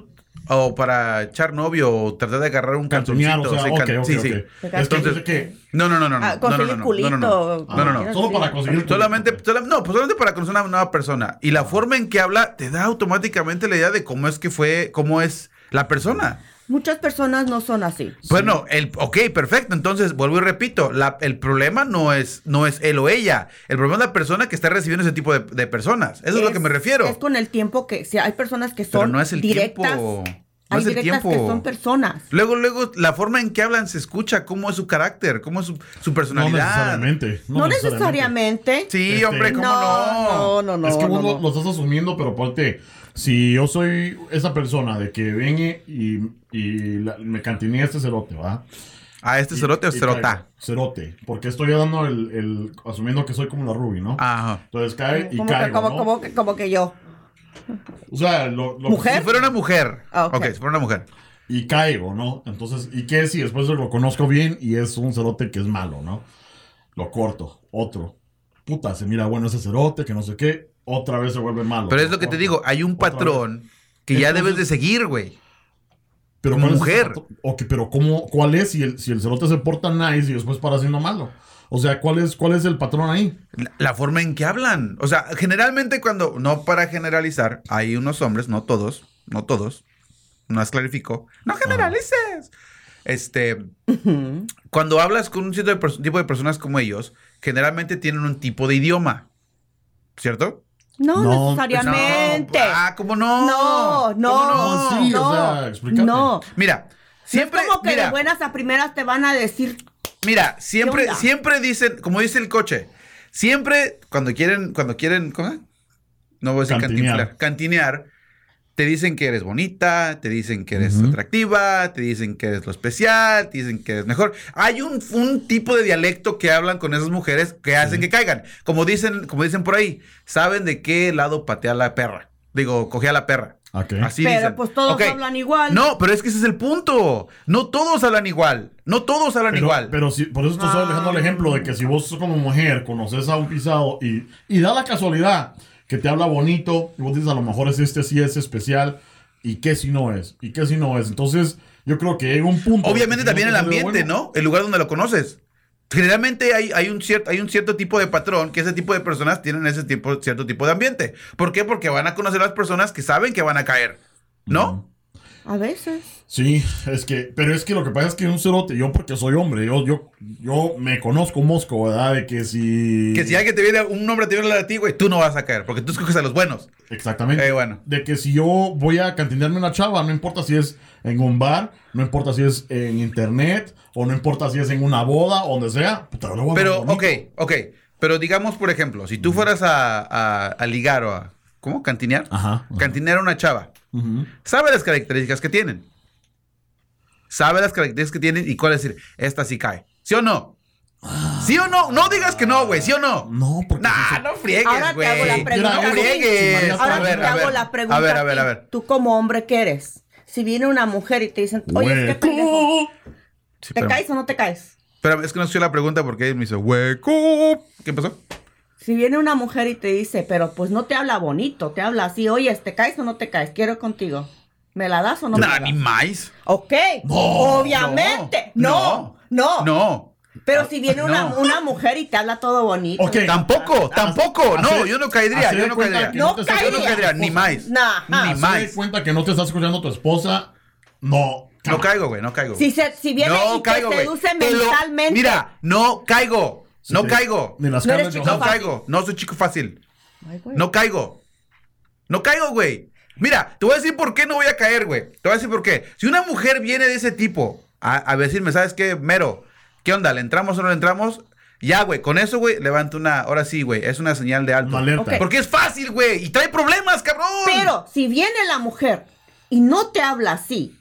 Speaker 2: o para echar novio o tratar de agarrar un
Speaker 1: Cantonear,
Speaker 2: cantoncito.
Speaker 1: o sea,
Speaker 2: sí,
Speaker 1: ok,
Speaker 2: can-
Speaker 1: ok,
Speaker 2: sí,
Speaker 1: ok.
Speaker 2: sí.
Speaker 1: Entonces,
Speaker 2: Entonces-
Speaker 1: ¿qué?
Speaker 2: No, no, no, no. no,
Speaker 3: Ah,
Speaker 2: no, no,
Speaker 3: conseguir
Speaker 2: no, no,
Speaker 3: culito.
Speaker 2: No, no, no.
Speaker 1: Ah,
Speaker 2: no, no, no.
Speaker 1: Solo para conseguir el
Speaker 2: Solamente,
Speaker 1: culito.
Speaker 2: sola- no, pues solamente para conocer a una persona. Y la forma en que habla te da automáticamente la idea de cómo es que fue, cómo es la persona.
Speaker 3: Muchas personas no son así.
Speaker 2: Bueno, el, ok, perfecto. Entonces, vuelvo y repito, la- el problema no es, no es él o ella. El problema es la persona que está recibiendo ese tipo de, de personas. Eso es, a lo que me refiero.
Speaker 3: Es con el tiempo que, si hay personas que son
Speaker 2: Pero no es el
Speaker 3: directas.
Speaker 2: tiempo. No
Speaker 3: hay
Speaker 2: es el
Speaker 3: directas
Speaker 2: tiempo.
Speaker 3: que son personas.
Speaker 2: Luego, luego, la forma en que hablan se escucha, cómo es su carácter, cómo es su, su
Speaker 1: No
Speaker 2: personalidad.
Speaker 1: necesariamente.
Speaker 3: No, necesariamente.
Speaker 2: Sí,
Speaker 1: Este-
Speaker 2: hombre,
Speaker 3: No,
Speaker 2: ¿cómo
Speaker 3: no, no, no.
Speaker 1: es que
Speaker 3: no,
Speaker 1: vos lo,
Speaker 3: no.
Speaker 1: lo estás asumiendo, pero ponte, si yo soy esa persona de que viene y, y la- me cantinea este cerote, ¿va?
Speaker 2: ¿A este
Speaker 1: Y-
Speaker 2: cerote o
Speaker 1: y
Speaker 2: cerota?
Speaker 1: caigo, Cerote, porque estoy dando el, el- asumiendo que soy como la Ruby, ¿no?
Speaker 2: Ah, Ajá.
Speaker 1: Entonces cae y
Speaker 3: Ah, como,
Speaker 1: caigo,
Speaker 3: que, como,
Speaker 1: ¿no?
Speaker 3: como que, como que yo.
Speaker 1: O sea, lo, lo-
Speaker 3: Mujer.
Speaker 2: Si fuera una mujer.
Speaker 3: Ah, ok.
Speaker 2: ok, si fuera una mujer.
Speaker 1: Y caigo, ¿no? Entonces, ¿y qué si después lo conozco bien y es un cerote que es malo, ¿no? Lo corto, otro. Puta, se mira bueno ese cerote, que no sé qué, otra vez se vuelve malo.
Speaker 2: Pero es lo que te
Speaker 1: corto.
Speaker 2: digo, hay un
Speaker 1: Otra
Speaker 2: patrón que ya
Speaker 1: Entonces-
Speaker 2: debes de seguir, güey.
Speaker 1: Pero
Speaker 2: Como
Speaker 1: ¿cuál es ese
Speaker 2: mujer.
Speaker 1: patrón? Ok, pero ¿cómo, ¿cuál es si el, si el cerote se porta nice y después para siendo malo? O sea, ¿cuál es, cuál es el patrón ahí?
Speaker 2: La- La forma en que hablan. O sea, generalmente cuando, no para generalizar, hay unos hombres, no todos, no todos, no las clarifico, no generalices. Este, cuando hablas con un cierto de pers- tipo de personas como ellos, generalmente tienen un tipo de idioma, ¿cierto?
Speaker 3: No,
Speaker 1: No,
Speaker 3: necesariamente.
Speaker 2: No. Ah, ¿cómo no?
Speaker 3: No, no,
Speaker 2: ¿Cómo
Speaker 1: no? Sí, o
Speaker 3: no,
Speaker 1: sea, explícate.
Speaker 3: no.
Speaker 2: Mira, siempre.
Speaker 3: es como que
Speaker 2: mira,
Speaker 3: de buenas a primeras te van a decir
Speaker 2: Mira,
Speaker 3: ¿Qué
Speaker 2: siempre,
Speaker 3: onda?
Speaker 2: siempre dicen, como dice el coche, siempre cuando quieren, cuando quieren, ¿cómo? No voy a decir
Speaker 1: Cantinear.
Speaker 2: cantinflar, cantinear, te dicen que eres bonita, te dicen que eres
Speaker 1: Ujú.
Speaker 2: atractiva, te dicen que eres lo especial, te dicen que eres mejor. Hay un, un tipo de dialecto que hablan con esas mujeres que hacen que caigan. Como dicen, como dicen por ahí, saben de qué lado patea la perra. Digo, coge a la perra.
Speaker 1: Ok.
Speaker 2: Así
Speaker 3: Pero,
Speaker 2: dicen.
Speaker 3: pues, todos
Speaker 2: Ok.
Speaker 3: hablan igual.
Speaker 2: No, pero es que ese es el punto. No todos hablan igual. No todos hablan
Speaker 1: Pero,
Speaker 2: igual.
Speaker 1: pero si- por eso te estoy dejando el ejemplo de que si vos como mujer conoces a un pisado y, y da la casualidad que te habla bonito y vos dices a lo mejor es este sí es especial y qué si no es y qué si no es. Entonces yo creo que llega un punto.
Speaker 2: Obviamente
Speaker 1: que
Speaker 2: también el
Speaker 1: uno dice,
Speaker 2: ambiente,
Speaker 1: bueno,
Speaker 2: ¿no? El lugar donde lo conoces. Generalmente hay, hay, un cierto, hay un cierto tipo de patrón que ese tipo de personas tienen ese tipo, cierto tipo de ambiente. ¿Por qué? Porque van a conocer a las personas que saben que van a caer, ¿no?
Speaker 1: Mm,
Speaker 3: a veces.
Speaker 1: Sí, es que, pero es que lo que pasa es que un cerote, yo porque soy hombre, yo, yo, yo me conozco mosco, ¿verdad? De que si.
Speaker 2: Que si alguien te viene, un hombre te viene a hablar a ti, güey, tú no vas a caer, porque tú escoges a los buenos.
Speaker 1: Exactamente.
Speaker 2: Eh, bueno.
Speaker 1: De que si yo voy a cantinearme una chava, no importa si es en un bar, no importa si es en internet, o no importa si es en una boda, o donde sea, puta, yo le voy a
Speaker 2: Pero,
Speaker 1: hablar
Speaker 2: ok,
Speaker 1: bonito. Mm.
Speaker 2: ok. Pero digamos, por ejemplo, si tú fueras a, a- a ligar o a... ¿Cómo? ¿Cantinear?
Speaker 1: Ajá, ajá.
Speaker 2: Cantinear a una chava.
Speaker 1: Ujú.
Speaker 2: sabe las características que tienen. Sabe las características que tienen y cuál es decir, esta sí cae. ¿Sí o no? ¿Sí o no? No digas que no, güey. ¿Sí o no?
Speaker 1: No, porque. si
Speaker 2: Nah,
Speaker 1: se-
Speaker 2: no friegues, güey.
Speaker 3: Ahora te hago la pregunta.
Speaker 2: No
Speaker 1: Mira,
Speaker 2: friegues.
Speaker 1: eso-
Speaker 3: Ahora
Speaker 1: A
Speaker 3: sí
Speaker 1: ver,
Speaker 3: te
Speaker 1: a
Speaker 3: hago
Speaker 1: ver.
Speaker 3: la pregunta.
Speaker 2: A ver, a ver, a
Speaker 3: ti.
Speaker 2: ver.
Speaker 3: Tú como hombre, ¿qué eres? Si viene una mujer y te dicen, oye, es
Speaker 1: Hueco.
Speaker 3: que pendejo,
Speaker 2: Sí,
Speaker 3: ¿te
Speaker 2: espérame.
Speaker 3: caes o no te caes?
Speaker 2: Espérame, es que no sé la pregunta porque me hizo hueco. ¿Qué pasó?
Speaker 3: Si viene una mujer y te dice, pero pues no te habla bonito, te habla así, oye, ¿te caes o no te caes? Quiero ir contigo. ¿Me la das o no me
Speaker 2: Nah,
Speaker 3: la
Speaker 2: ni
Speaker 3: das?
Speaker 2: más.
Speaker 3: Ok, obviamente. No, no.
Speaker 2: No.
Speaker 3: Pero si viene una,
Speaker 2: No.
Speaker 3: una mujer y te habla todo bonito.
Speaker 1: Ok.
Speaker 2: Tampoco, tampoco. No,
Speaker 1: Hacer-
Speaker 2: yo no caería.
Speaker 1: hacer
Speaker 2: Yo
Speaker 1: de
Speaker 2: no
Speaker 1: cuenta
Speaker 2: caería.
Speaker 1: que
Speaker 3: No
Speaker 1: te estás
Speaker 2: Yo no
Speaker 1: escuchando
Speaker 2: caería,
Speaker 1: tu
Speaker 2: ni
Speaker 1: esposa.
Speaker 2: más.
Speaker 3: Nah,
Speaker 2: Ni
Speaker 3: ajá.
Speaker 1: Hacer de
Speaker 2: más.
Speaker 1: cuenta que no te estás escuchando tu esposa, no.
Speaker 2: No caigo, güey, no caigo.
Speaker 3: Si, se, si viene y te
Speaker 2: güey.
Speaker 3: seduce
Speaker 2: Te lo-
Speaker 3: mentalmente.
Speaker 2: mira, no caigo.
Speaker 1: Si
Speaker 2: No
Speaker 1: te-
Speaker 2: caigo.
Speaker 1: Ni las
Speaker 3: No eres
Speaker 1: Scarlett
Speaker 3: chico
Speaker 2: No
Speaker 1: Johansson.
Speaker 3: fácil.
Speaker 2: caigo. No soy chico fácil.
Speaker 3: Ay, güey.
Speaker 2: No caigo. No caigo, güey. Mira, te voy a decir por qué no voy a caer, güey. Te voy a decir por qué. Si una mujer viene de ese tipo a, a decirme, ¿sabes qué? Mero, ¿qué onda? ¿Le entramos o no le entramos? Ya, güey, con eso, güey, levanta una. Ahora sí, güey, es una señal de alto.
Speaker 1: Una alerta.
Speaker 3: Ok.
Speaker 2: Porque es fácil, güey, y trae problemas, cabrón.
Speaker 3: Pero si viene la mujer y no te habla así,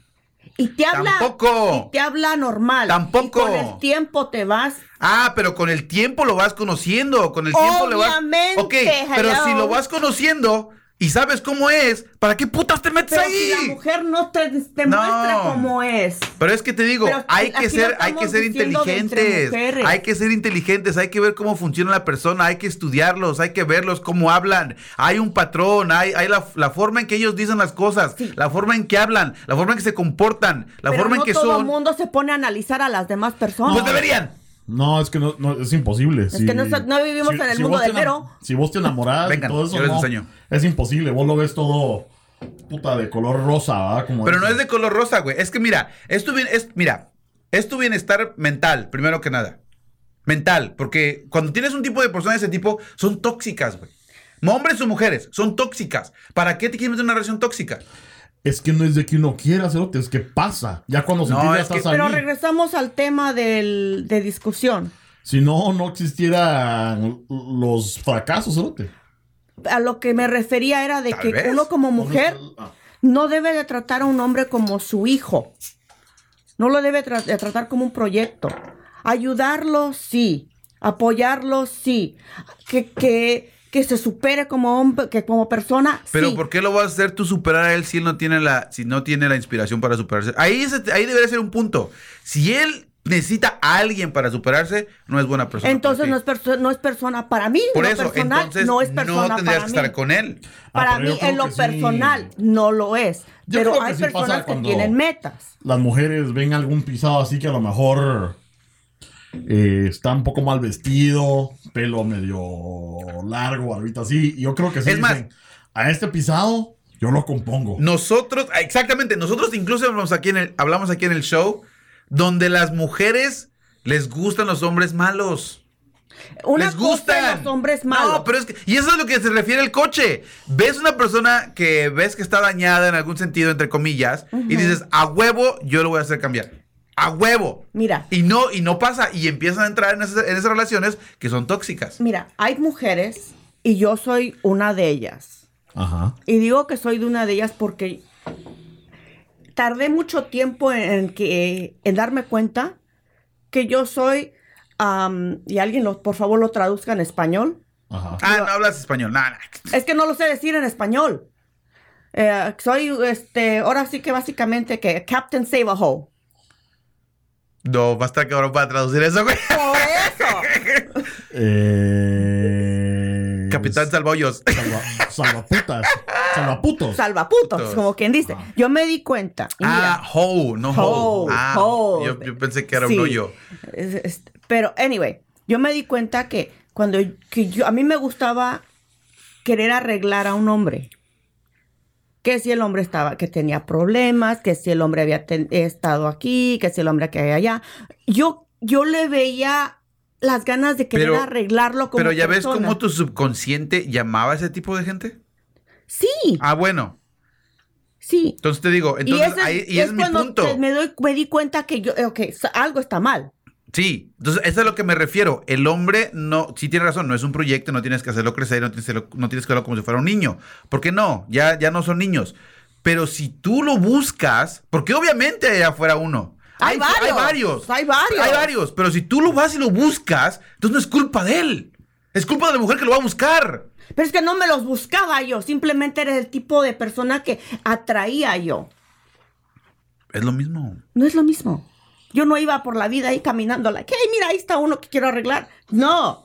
Speaker 3: y te habla.
Speaker 2: Tampoco.
Speaker 3: y te habla normal.
Speaker 2: Tampoco.
Speaker 3: y con el tiempo te vas.
Speaker 2: Ah, pero con el tiempo lo vas conociendo, con el tiempo le vas.
Speaker 3: Obviamente,
Speaker 2: Ok, pero
Speaker 3: hello.
Speaker 2: si lo vas conociendo y sabes cómo es, ¿para qué putas te metes
Speaker 3: Pero
Speaker 2: ahí?
Speaker 3: si la mujer no te, te
Speaker 2: No.
Speaker 3: muestra cómo es.
Speaker 2: Pero es que te digo,
Speaker 3: Pero
Speaker 2: hay que
Speaker 3: aquí lo
Speaker 2: ser, hay que
Speaker 3: estamos
Speaker 2: ser
Speaker 3: diciendo de entre
Speaker 2: inteligentes,
Speaker 3: mujeres.
Speaker 2: hay que ser inteligentes, hay que ver cómo funciona la persona, hay que estudiarlos, hay que verlos cómo hablan, hay un patrón, hay, hay la, la forma en que ellos dicen las cosas,
Speaker 3: Sí.
Speaker 2: la forma en que hablan, la forma en que se comportan, la
Speaker 3: Pero
Speaker 2: forma
Speaker 3: no
Speaker 2: en que
Speaker 3: todo
Speaker 2: son.
Speaker 3: el mundo se pone a analizar a las demás personas.
Speaker 2: Pues deberían.
Speaker 1: No, es que no, no, es imposible.
Speaker 3: que no so- no vivimos en el mundo
Speaker 1: vos te
Speaker 3: del
Speaker 1: enam-
Speaker 3: mero.
Speaker 1: Si vos te enamorás
Speaker 2: Vengan,
Speaker 1: y todo eso,
Speaker 2: yo les
Speaker 1: no,
Speaker 2: enseño.
Speaker 1: es imposible. Vos lo ves todo puta de color rosa, ¿verdad? Como
Speaker 2: Pero no es
Speaker 1: dicen.
Speaker 2: de color rosa, güey. Es que mira, es tu, bien- es, mira, es tu bienestar mental, primero que nada. Mental, porque cuando tienes un tipo de persona de ese tipo, son tóxicas, güey. Hombres o mujeres, son tóxicas. ¿Para qué te quieres meter en una relación tóxica?
Speaker 1: Es que no es de que uno quiera cerote, es que pasa. Ya cuando
Speaker 2: No,
Speaker 1: sentís ya
Speaker 2: es que-
Speaker 1: estás
Speaker 3: Pero
Speaker 1: ahí.
Speaker 3: regresamos al tema del, de discusión.
Speaker 1: Si no, no existieran los fracasos, cerote.
Speaker 3: A lo que me refería era de
Speaker 2: Tal
Speaker 3: que
Speaker 2: vez.
Speaker 3: uno como mujer
Speaker 1: Ah,
Speaker 3: no debe de tratar a un hombre como su hijo. No lo debe tra- de tratar como un proyecto. Ayudarlo, sí. Apoyarlo, sí. Que, que, que se supere como hombre, que como persona.
Speaker 2: Pero
Speaker 3: sí.
Speaker 2: ¿por qué lo vas a hacer tú superar a él si él no tiene la, si no tiene la inspiración para superarse? Ahí, es- ahí debería ser un punto. Si él necesita a alguien para superarse, no es buena persona.
Speaker 3: Entonces no
Speaker 2: para
Speaker 3: es,
Speaker 2: ti.
Speaker 3: perso- no es persona para mí,
Speaker 2: Por
Speaker 3: lo
Speaker 2: eso,
Speaker 3: personal
Speaker 2: entonces
Speaker 3: no es
Speaker 2: no
Speaker 3: persona
Speaker 2: tendrías
Speaker 3: para
Speaker 2: que
Speaker 3: mí.
Speaker 2: estar con él.
Speaker 1: Ah,
Speaker 3: Para
Speaker 1: pero yo
Speaker 3: mí en
Speaker 1: creo
Speaker 3: lo
Speaker 1: que sí.
Speaker 3: personal no lo es,
Speaker 1: Yo creo
Speaker 3: pero
Speaker 1: que
Speaker 3: hay
Speaker 1: sí pasa
Speaker 3: personas que
Speaker 1: cuando-
Speaker 3: tienen metas.
Speaker 1: las mujeres ven algún pisado así que a lo mejor eh, está un poco mal vestido, pelo medio largo, barbita así. Y yo creo que sí.
Speaker 2: Es más-
Speaker 1: dicen, a este pisado yo lo compongo.
Speaker 2: Nosotros, ah, exactamente, nosotros incluso hablamos aquí en el, hablamos aquí en el show donde las mujeres les gustan los hombres malos.
Speaker 3: Una
Speaker 2: les
Speaker 3: cosa
Speaker 2: gustan.
Speaker 3: de los hombres malos.
Speaker 2: No, pero es que. Y eso es a lo que se refiere el coche. Ves una persona que ves que está dañada en algún sentido, entre comillas, y dices, a huevo, yo lo voy a hacer cambiar. A huevo.
Speaker 3: Mira.
Speaker 2: Y no, y no pasa. Y empiezan a entrar en esas, en esas relaciones que son tóxicas.
Speaker 3: Mira, hay mujeres y yo soy una de ellas.
Speaker 1: Ajá.
Speaker 3: Y digo que soy de una de ellas porque tardé mucho tiempo en, en que, en darme cuenta que yo soy, am, y alguien lo, por favor lo traduzca en español.
Speaker 1: Ajá.
Speaker 2: Ah, no hablas español. Nah, nah.
Speaker 3: Es que no lo sé decir en español. Eh, soy, este, ahora sí que básicamente que Captain Save a Hole.
Speaker 2: No, basta cabrón para traducir eso, güey.
Speaker 3: Por eso.
Speaker 1: Eh,
Speaker 2: Capitán Salvollos.
Speaker 1: salva- salvaputas. Salvaputos.
Speaker 3: Salvaputos,
Speaker 2: Putos.
Speaker 3: como quien dice. Yo me di cuenta. y mira,
Speaker 2: Ah, ho, no ho.
Speaker 3: Hole,
Speaker 2: Ah,
Speaker 3: hole.
Speaker 2: Yo, yo pensé que era
Speaker 3: Sí.
Speaker 2: un hoyo.
Speaker 3: Es- es- Pero, anyway, yo me di cuenta que cuando que yo, a mí me gustaba querer arreglar a un hombre. Que si el hombre estaba, que tenía problemas, que si el hombre había ten- estado aquí, que si el hombre que había allá. Yo, yo le veía las ganas de querer
Speaker 2: Pero-
Speaker 3: arreglarlo como
Speaker 2: Pero ya ves
Speaker 3: persona.
Speaker 2: cómo tu subconsciente llamaba a ese tipo de gente.
Speaker 3: Sí,
Speaker 2: Ah, bueno.
Speaker 3: sí.
Speaker 2: Entonces te digo, entonces
Speaker 3: ese
Speaker 2: ahí, y ese es, mi
Speaker 3: cuando
Speaker 2: punto.
Speaker 3: te- Me, doy, me di cuenta que yo, eh, ok, so- algo está mal.
Speaker 2: Sí, entonces eso es a lo que me refiero. El hombre no, sí tiene razón, no es un proyecto, no tienes que hacerlo crecer, no tienes, que hacerlo- no tienes que hacerlo como si fuera un niño. Porque no, ya, ya no son niños. Pero si tú lo buscas, porque obviamente allá afuera uno.
Speaker 3: Hay
Speaker 2: Hay varios.
Speaker 3: varios, hay varios.
Speaker 2: Hay varios, pero si tú lo vas y lo buscas, entonces no es culpa de él. Es culpa de la mujer que lo va a buscar.
Speaker 3: Pero es que no me los buscaba yo, simplemente era el tipo de persona que atraía yo.
Speaker 2: Es lo mismo.
Speaker 3: No es lo mismo. Yo no iba por la vida ahí caminando, like, hey, mira, ahí está uno que quiero arreglar. No,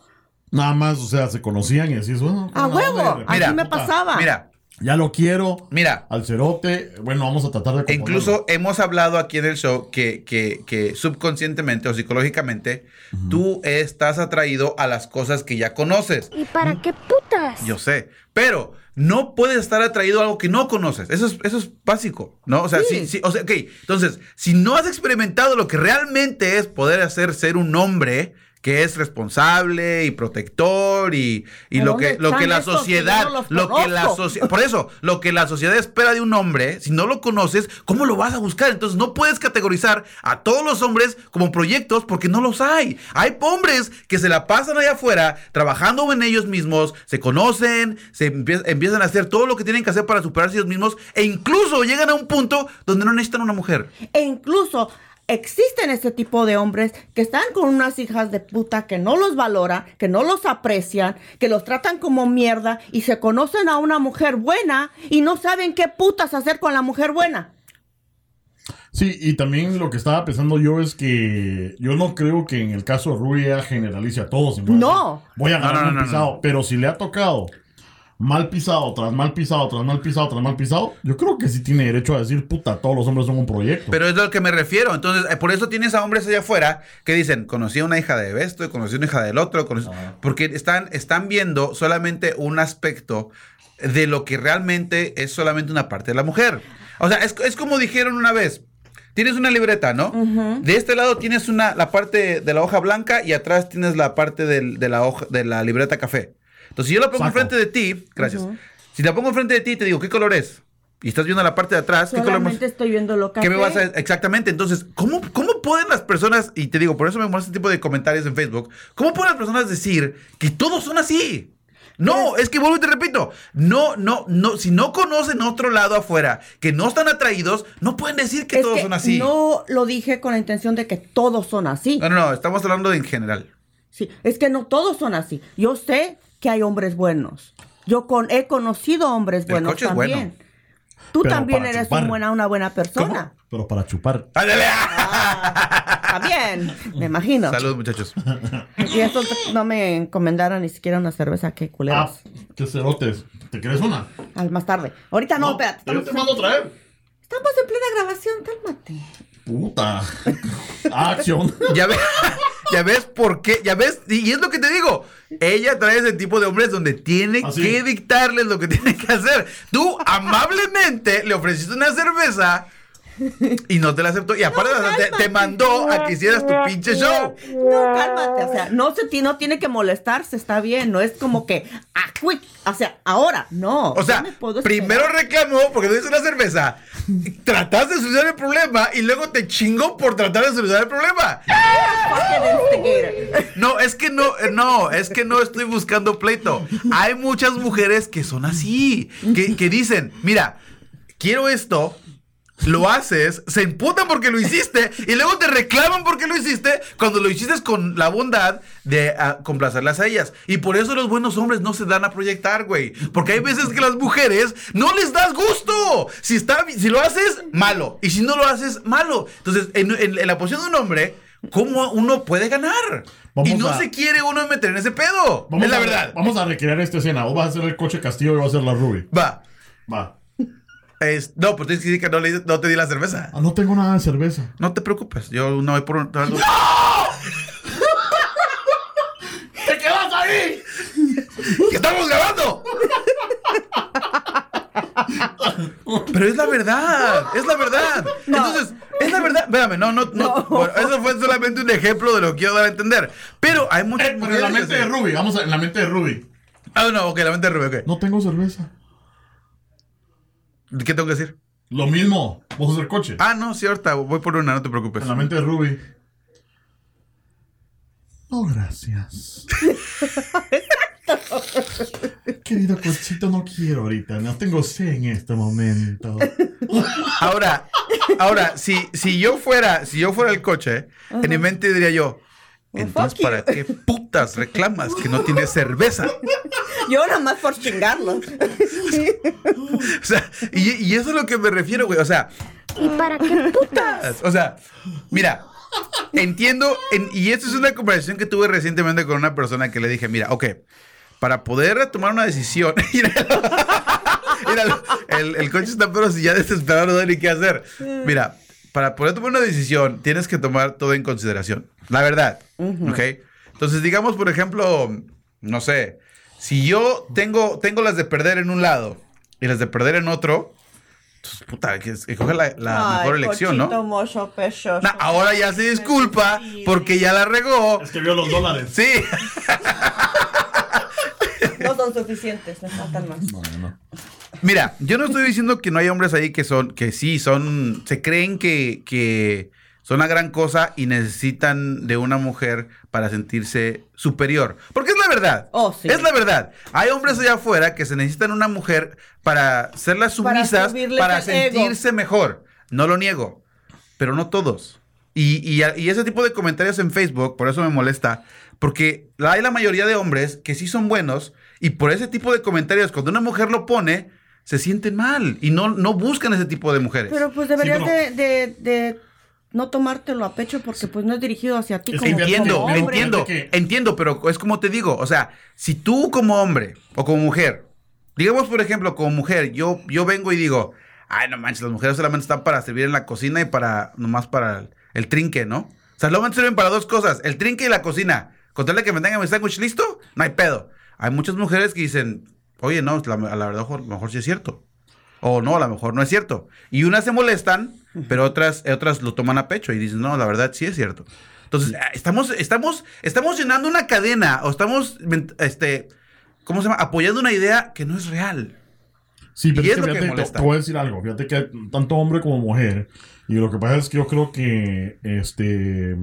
Speaker 1: Nada más, o sea, se conocían y así es. Bueno,
Speaker 3: a
Speaker 1: no,
Speaker 3: Ah, huevo,
Speaker 1: hombre,
Speaker 3: así
Speaker 2: Mira,
Speaker 3: me
Speaker 1: puta,
Speaker 3: pasaba.
Speaker 2: Mira,
Speaker 1: Ya lo quiero.
Speaker 2: mira.
Speaker 1: Al cerote. Bueno, vamos a tratar de
Speaker 2: E
Speaker 1: componerlo.
Speaker 2: incluso hemos hablado aquí en el show que, que- que subconscientemente o psicológicamente tú estás atraído a las cosas que ya conoces.
Speaker 5: ¿Y para qué putas?
Speaker 2: Yo sé, pero no puedes estar atraído a algo que no conoces. Eso es, eso es básico, ¿no? O sea, sí.
Speaker 3: Sí.
Speaker 2: sí, o sea, ok. Entonces, si no has experimentado lo que realmente es poder hacer ser un hombre que es responsable y protector y, y
Speaker 3: ¿A
Speaker 2: lo
Speaker 3: dónde
Speaker 2: que lo que
Speaker 3: están
Speaker 2: la
Speaker 3: esos que
Speaker 2: sociedad
Speaker 3: yo no los
Speaker 2: lo que la
Speaker 3: conozco?
Speaker 2: sociedad por eso lo que la sociedad espera de un hombre si no lo conoces cómo lo vas a buscar entonces no puedes categorizar a todos los hombres como proyectos porque no los hay hay hombres que se la pasan allá afuera trabajando en ellos mismos se conocen se empie- empiezan a hacer todo lo que tienen que hacer para superarse ellos mismos e incluso llegan a un punto donde no necesitan una mujer
Speaker 3: E incluso existen este tipo de hombres que están con unas hijas de puta que no los valoran, que no los aprecian, que los tratan como mierda y se conocen a una mujer buena y no saben qué putas hacer con la mujer buena.
Speaker 1: Sí, y también lo que estaba pensando yo es que yo no creo que en el caso de Rui ella generalice a todos. y voy a
Speaker 3: No.
Speaker 1: decir, Voy a
Speaker 2: No, no,
Speaker 1: ganar
Speaker 2: no,
Speaker 1: un
Speaker 2: no, no.
Speaker 1: pisado, pero si le ha tocado mal pisado, tras mal pisado, tras mal pisado, tras mal pisado, yo creo que sí tiene derecho a decir, puta, todos los hombres son un proyecto.
Speaker 2: Pero es lo que me refiero. Entonces, eh, por eso tienes a hombres allá afuera que dicen, conocí a una hija de esto, y conocí a una hija del otro, conocí-". porque están, están viendo solamente un aspecto de lo que realmente es solamente una parte de la mujer. O sea, es, es como dijeron una vez. Tienes una libreta, ¿no? De este lado tienes una, la parte de la hoja blanca y atrás tienes la parte del- de, la hoja, de la libreta café. Entonces, si yo la pongo
Speaker 1: Saco.
Speaker 2: enfrente de ti, gracias. Si la pongo enfrente de ti y te digo, ¿qué color es? Y estás viendo la parte de atrás, ¿qué color más-
Speaker 3: Solamente estoy viendo lo que
Speaker 2: ¿Qué me vas a exactamente? Entonces, ¿cómo, ¿cómo pueden las personas, y te digo, por eso me molesta este tipo de comentarios en Facebook, ¿cómo pueden las personas decir que todos son así? No, es que vuelvo y te repito, no, no, no, si no conocen otro lado afuera, que no están atraídos, no pueden decir que
Speaker 3: Es
Speaker 2: todos
Speaker 3: que
Speaker 2: son así. Ah, No.
Speaker 3: No lo dije con la intención de que todos son así.
Speaker 2: no, no, estamos hablando de en general.
Speaker 3: Sí, es que no todos son así. Yo sé que hay hombres buenos. Yo con, he conocido hombres
Speaker 2: El
Speaker 3: buenos
Speaker 2: coche es
Speaker 3: también.
Speaker 2: bueno.
Speaker 3: Tú
Speaker 1: Pero
Speaker 3: también
Speaker 1: para
Speaker 3: eres
Speaker 1: chupar.
Speaker 3: un buena, una buena
Speaker 1: ¿Cómo?
Speaker 3: persona.
Speaker 1: Pero para chupar.
Speaker 2: ¡Ándale!
Speaker 3: También, me imagino.
Speaker 2: Saludos, muchachos.
Speaker 3: Y esto no me encomendaron ni siquiera una cerveza, qué
Speaker 1: Ah,
Speaker 3: culeros.
Speaker 1: qué cerotes. ¿Te quieres una?
Speaker 3: Al más tarde. Ahorita Ah, no, espérate.
Speaker 1: Yo
Speaker 3: Estamos,
Speaker 1: te mando a traer.
Speaker 3: estamos en plena grabación, cálmate.
Speaker 1: Puta. Ah, Acción.
Speaker 2: Ya ves, ya ves por qué, ya ves, y y es lo que te digo. Ella trae ese tipo de hombres donde tiene
Speaker 1: Así.
Speaker 2: que dictarles lo que tienen que hacer. Tú amablemente le ofreciste una cerveza y no te la aceptó. Y aparte
Speaker 3: No,
Speaker 2: te, te
Speaker 3: cálmate.
Speaker 2: mandó a que hicieras tu pinche show.
Speaker 3: No, cálmate. O sea, no, se ti- no tiene que molestarse, está bien. No es como que, ah, quick. O sea, ahora, no.
Speaker 2: O sea,
Speaker 3: yo me puedo esperar.
Speaker 2: primero reclamó porque no hizo una cerveza. Trataste de solucionar el problema y luego te chingó por tratar de solucionar el problema.
Speaker 3: Fucking instigator.
Speaker 2: No, es que no, eh, no, es que no estoy buscando pleito. Hay muchas mujeres que son así, que, que dicen, mira, quiero esto, lo haces, se emputan porque lo hiciste y luego te reclaman porque lo hiciste cuando lo hiciste con la bondad de ah, complacerlas a ellas. Y por eso los buenos hombres no se dan a proyectar, güey. Porque hay veces que las mujeres no les das gusto. Si, está, bi- si lo haces, malo. Y si no lo haces, malo. Entonces, en, en- en la posición de un hombre... ¿Cómo uno puede ganar? y
Speaker 1: Vamos
Speaker 2: no
Speaker 1: a-
Speaker 2: se quiere uno meter en ese pedo.
Speaker 1: Vamos
Speaker 2: es la
Speaker 1: a-
Speaker 2: verdad.
Speaker 1: Vamos a recrear esta escena. Vos vas a hacer el coche Castillo y vas a hacer la Ruby.
Speaker 2: Va.
Speaker 1: Va.
Speaker 2: Es- no, pues tienes que decir que no, le- no te di la cerveza.
Speaker 1: Ah, no tengo nada de cerveza.
Speaker 2: No te preocupes, yo no voy por un...
Speaker 1: ¡Te quedas ahí!
Speaker 2: ¡Que estamos grabando! Pero es la verdad, es la verdad. Entonces, es la verdad. Espérame, no, no, no. Bueno, eso fue solamente un ejemplo de lo que quiero dar a entender. Pero hay muchas
Speaker 1: Eh, pero en la
Speaker 2: mujeres
Speaker 1: mente
Speaker 2: que
Speaker 1: de
Speaker 2: se-
Speaker 1: Ruby. Vamos a, en la mente de Ruby.
Speaker 2: Ah, no, ok, la mente de Rubén,
Speaker 1: No tengo cerveza.
Speaker 2: ok. ¿Qué tengo que decir?
Speaker 1: Lo mismo. Vos hacer coche.
Speaker 2: Ah, no, sí, ahorita voy por una, no te preocupes.
Speaker 1: En la mente de Ruby. No, gracias. Querido cochito, no quiero ahorita. No tengo sed en este momento.
Speaker 2: Ahora, ahora, si, si yo fuera, si yo fuera el coche, en mi mente diría yo, entonces,
Speaker 3: fuck
Speaker 2: ¿para qué putas reclamas que no tienes cerveza?
Speaker 3: Yo nada más por chingarlo.
Speaker 2: O sea, y, y eso es lo que me refiero, güey. O sea,
Speaker 5: ¿Y para qué putas?
Speaker 2: o sea, mira, entiendo, en- y esto es una conversación que tuve recientemente con una persona que le dije, mira, ok, para poder tomar una decisión, míralo, míralo, el, el coche está pero si ya desesperado no sabe ni qué hacer. Mira, para poder tomar una decisión, tienes que tomar todo en consideración, la verdad, ¿ok? Entonces, digamos, por ejemplo, no sé, si yo tengo, tengo las de perder en un lado y las de perder en otro, pues, puta, que escoge la, la mejor elección, ¿no? Nah, ahora ya se disculpa porque ya la regó.
Speaker 1: Es que vio los dólares.
Speaker 2: Sí.
Speaker 3: No son suficientes, me faltan más.
Speaker 2: Mira, yo no estoy diciendo que no hay hombres ahí que son, que sí, son, se creen que, que son la gran cosa y necesitan de una mujer para sentirse superior. Porque es la verdad.
Speaker 3: Oh, sí.
Speaker 2: Es la verdad. Hay hombres allá afuera que se necesitan una mujer para ser las
Speaker 3: Para
Speaker 2: sumisas, para,
Speaker 3: subirles el ego.
Speaker 2: sentirse mejor. No lo niego. Pero no todos. Y, y- y ese tipo de comentarios en Facebook, por eso me molesta, porque la- hay la mayoría de hombres que sí son buenos y por ese tipo de comentarios, cuando una mujer lo pone, se sienten mal y no, no buscan ese tipo de mujeres.
Speaker 3: Pero pues deberías
Speaker 1: Sí, pero-
Speaker 3: de, de- de no tomártelo a pecho porque pues no es dirigido hacia ti
Speaker 1: Es que
Speaker 3: como,
Speaker 2: entiendo,
Speaker 3: como
Speaker 1: pero-
Speaker 3: hombre.
Speaker 2: entiendo,
Speaker 1: fíjate que-
Speaker 2: entiendo, pero es como te digo, o sea, si tú como hombre o como mujer, digamos por ejemplo como mujer, yo, yo vengo y digo, ay no manches, las mujeres solamente están para servir en la cocina y para, nomás para el, el trinque, ¿no? O sea, solamente sirven para dos cosas, el trinque y la cocina. Contarle que me tengan mi sándwich listo, no hay pedo. Hay muchas mujeres que dicen, oye, no, la, la verdad, a lo mejor sí es cierto. O no, a lo mejor no es cierto. Y unas se molestan, pero otras, otras lo toman a pecho y dicen, no, la verdad sí es cierto. Entonces, ah, estamos, estamos, estamos llenando una cadena o estamos, men- este, ¿cómo se llama? Apoyando una idea que no es real.
Speaker 1: Sí, pero
Speaker 2: Y
Speaker 1: es
Speaker 2: es
Speaker 1: que
Speaker 2: lo que
Speaker 1: fíjate, te,
Speaker 2: molesta.
Speaker 1: te voy a decir algo. Fíjate que tanto hombre como mujer. Y lo que pasa es que yo creo que este.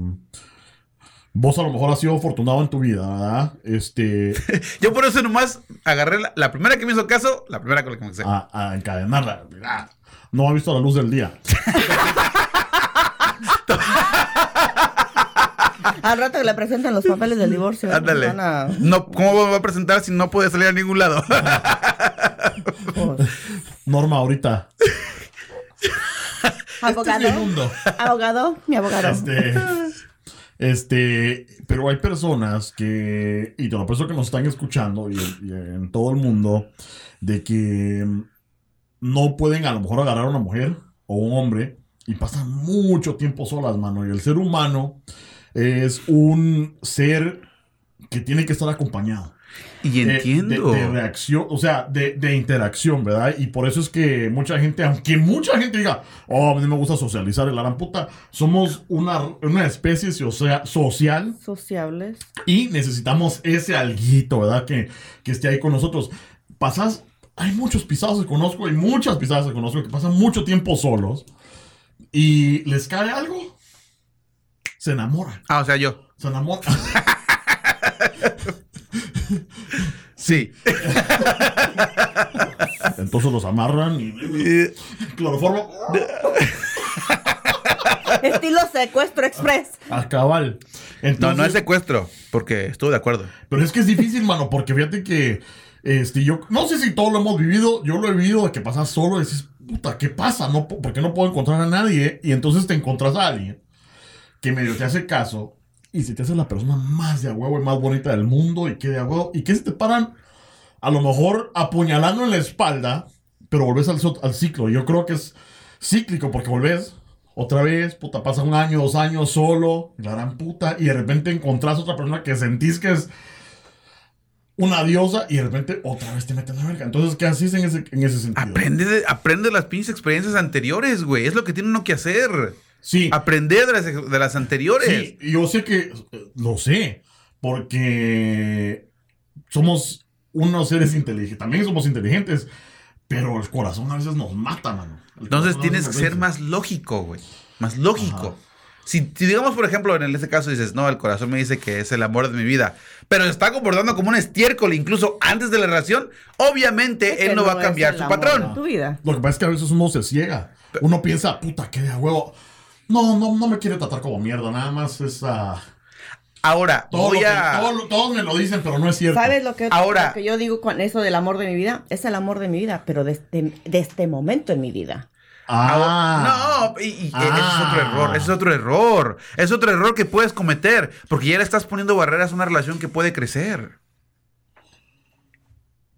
Speaker 1: Vos a lo mejor has sido afortunado en tu vida, ¿verdad? Este.
Speaker 2: Yo por eso nomás agarré la, la primera que me hizo caso, la primera con la que me casé.
Speaker 1: a, a encadenarla. Ah, No ha visto la luz del día.
Speaker 3: Al rato que le presenten los papeles del divorcio.
Speaker 2: Ándale.
Speaker 3: van a-
Speaker 2: No, Ah. ¿Cómo me va a presentar si no puede salir a ningún lado?
Speaker 3: pues,
Speaker 1: Norma, ahorita.
Speaker 3: abogado.
Speaker 1: Este es mi mundo.
Speaker 3: Abogado, mi abogado.
Speaker 1: Este, este, pero hay personas que, y te lo apuesto que nos están escuchando y, y en todo el mundo, de que no pueden a lo mejor agarrar a una mujer o un hombre y pasan mucho tiempo solas, mano. Y el ser humano es un ser que tiene que estar acompañado
Speaker 2: y
Speaker 1: de-
Speaker 2: entiendo.
Speaker 1: De, de reacción, o sea, de, de interacción, ¿verdad? Y por eso es que mucha gente, aunque mucha gente diga, oh, a mí me gusta socializar, el gran puta, somos una, una especie o sea, social
Speaker 3: Sociables.
Speaker 1: y necesitamos ese alguito, ¿verdad? Que, que esté ahí con nosotros. Pasas, hay muchos pisados que conozco, hay muchas pisadas que conozco que pasan mucho tiempo solos y les cae algo, se enamoran,
Speaker 2: Ah, o sea, yo.
Speaker 1: se enamoran.
Speaker 2: Sí.
Speaker 1: Entonces los amarran y cloroformo.
Speaker 3: Estilo secuestro express.
Speaker 1: A cabal.
Speaker 2: No,
Speaker 1: Entonces,
Speaker 2: no es secuestro, porque estuve de acuerdo.
Speaker 1: Pero es que es difícil, mano, porque fíjate que este, yo no sé si todos lo hemos vivido, yo lo he vivido de que pasas solo y dices, puta, ¿qué pasa? No, po- ¿Por qué no puedo encontrar a nadie? Y entonces te encontras a alguien que medio te hace caso y se te hace la persona más de a huevo y más bonita del mundo y que de a huevo y que se te paran a lo mejor apuñalando en la espalda, pero volvés al, so- al ciclo. Yo creo que es cíclico porque volvés otra vez, puta, pasa un año, dos años solo, la gran puta, y de repente encontrás otra persona que sentís que es una diosa y de repente otra vez te meten a la verga. Entonces, ¿qué haces en ese, en ese sentido?
Speaker 2: Aprende de, aprende de las pinches experiencias anteriores, güey. Es lo que tiene uno que hacer.
Speaker 1: Sí,
Speaker 2: Aprender de las, de las anteriores.
Speaker 1: sí, yo sé que eh, lo sé, porque somos unos seres inteligentes, también somos inteligentes, pero el corazón a veces nos mata, mano. El
Speaker 2: Entonces
Speaker 1: corazón a
Speaker 2: tienes que
Speaker 1: veces
Speaker 2: ser
Speaker 1: nos vence.
Speaker 2: más lógico, güey. Más lógico. Si, si digamos, por ejemplo, en este caso dices, no, el corazón me dice que es el amor de mi vida, pero se está comportando como un estiércol incluso antes de la relación, obviamente él no va a
Speaker 3: es
Speaker 2: cambiar
Speaker 3: el
Speaker 2: su
Speaker 3: amor
Speaker 2: patrón.
Speaker 3: de Tu vida.
Speaker 1: Lo que pasa es que a veces uno se ciega. Uno piensa, puta, qué de huevo. No, no, no me quiere tratar como mierda, nada más es ah,
Speaker 2: Ahora,
Speaker 1: todo lo
Speaker 2: voy
Speaker 1: que-
Speaker 2: a...
Speaker 1: todo lo- todos me lo dicen, pero no es cierto.
Speaker 3: ¿Sabes lo que,
Speaker 2: Ahora-
Speaker 3: lo que yo digo con eso del amor de mi vida? Es el amor de mi vida, pero de este, de este momento en mi vida.
Speaker 1: Ah,
Speaker 2: Ah, No, y, y-
Speaker 1: Ah.
Speaker 2: ese es otro error, ese es otro error, es otro error que puedes cometer, porque ya le estás poniendo barreras a una relación que puede crecer.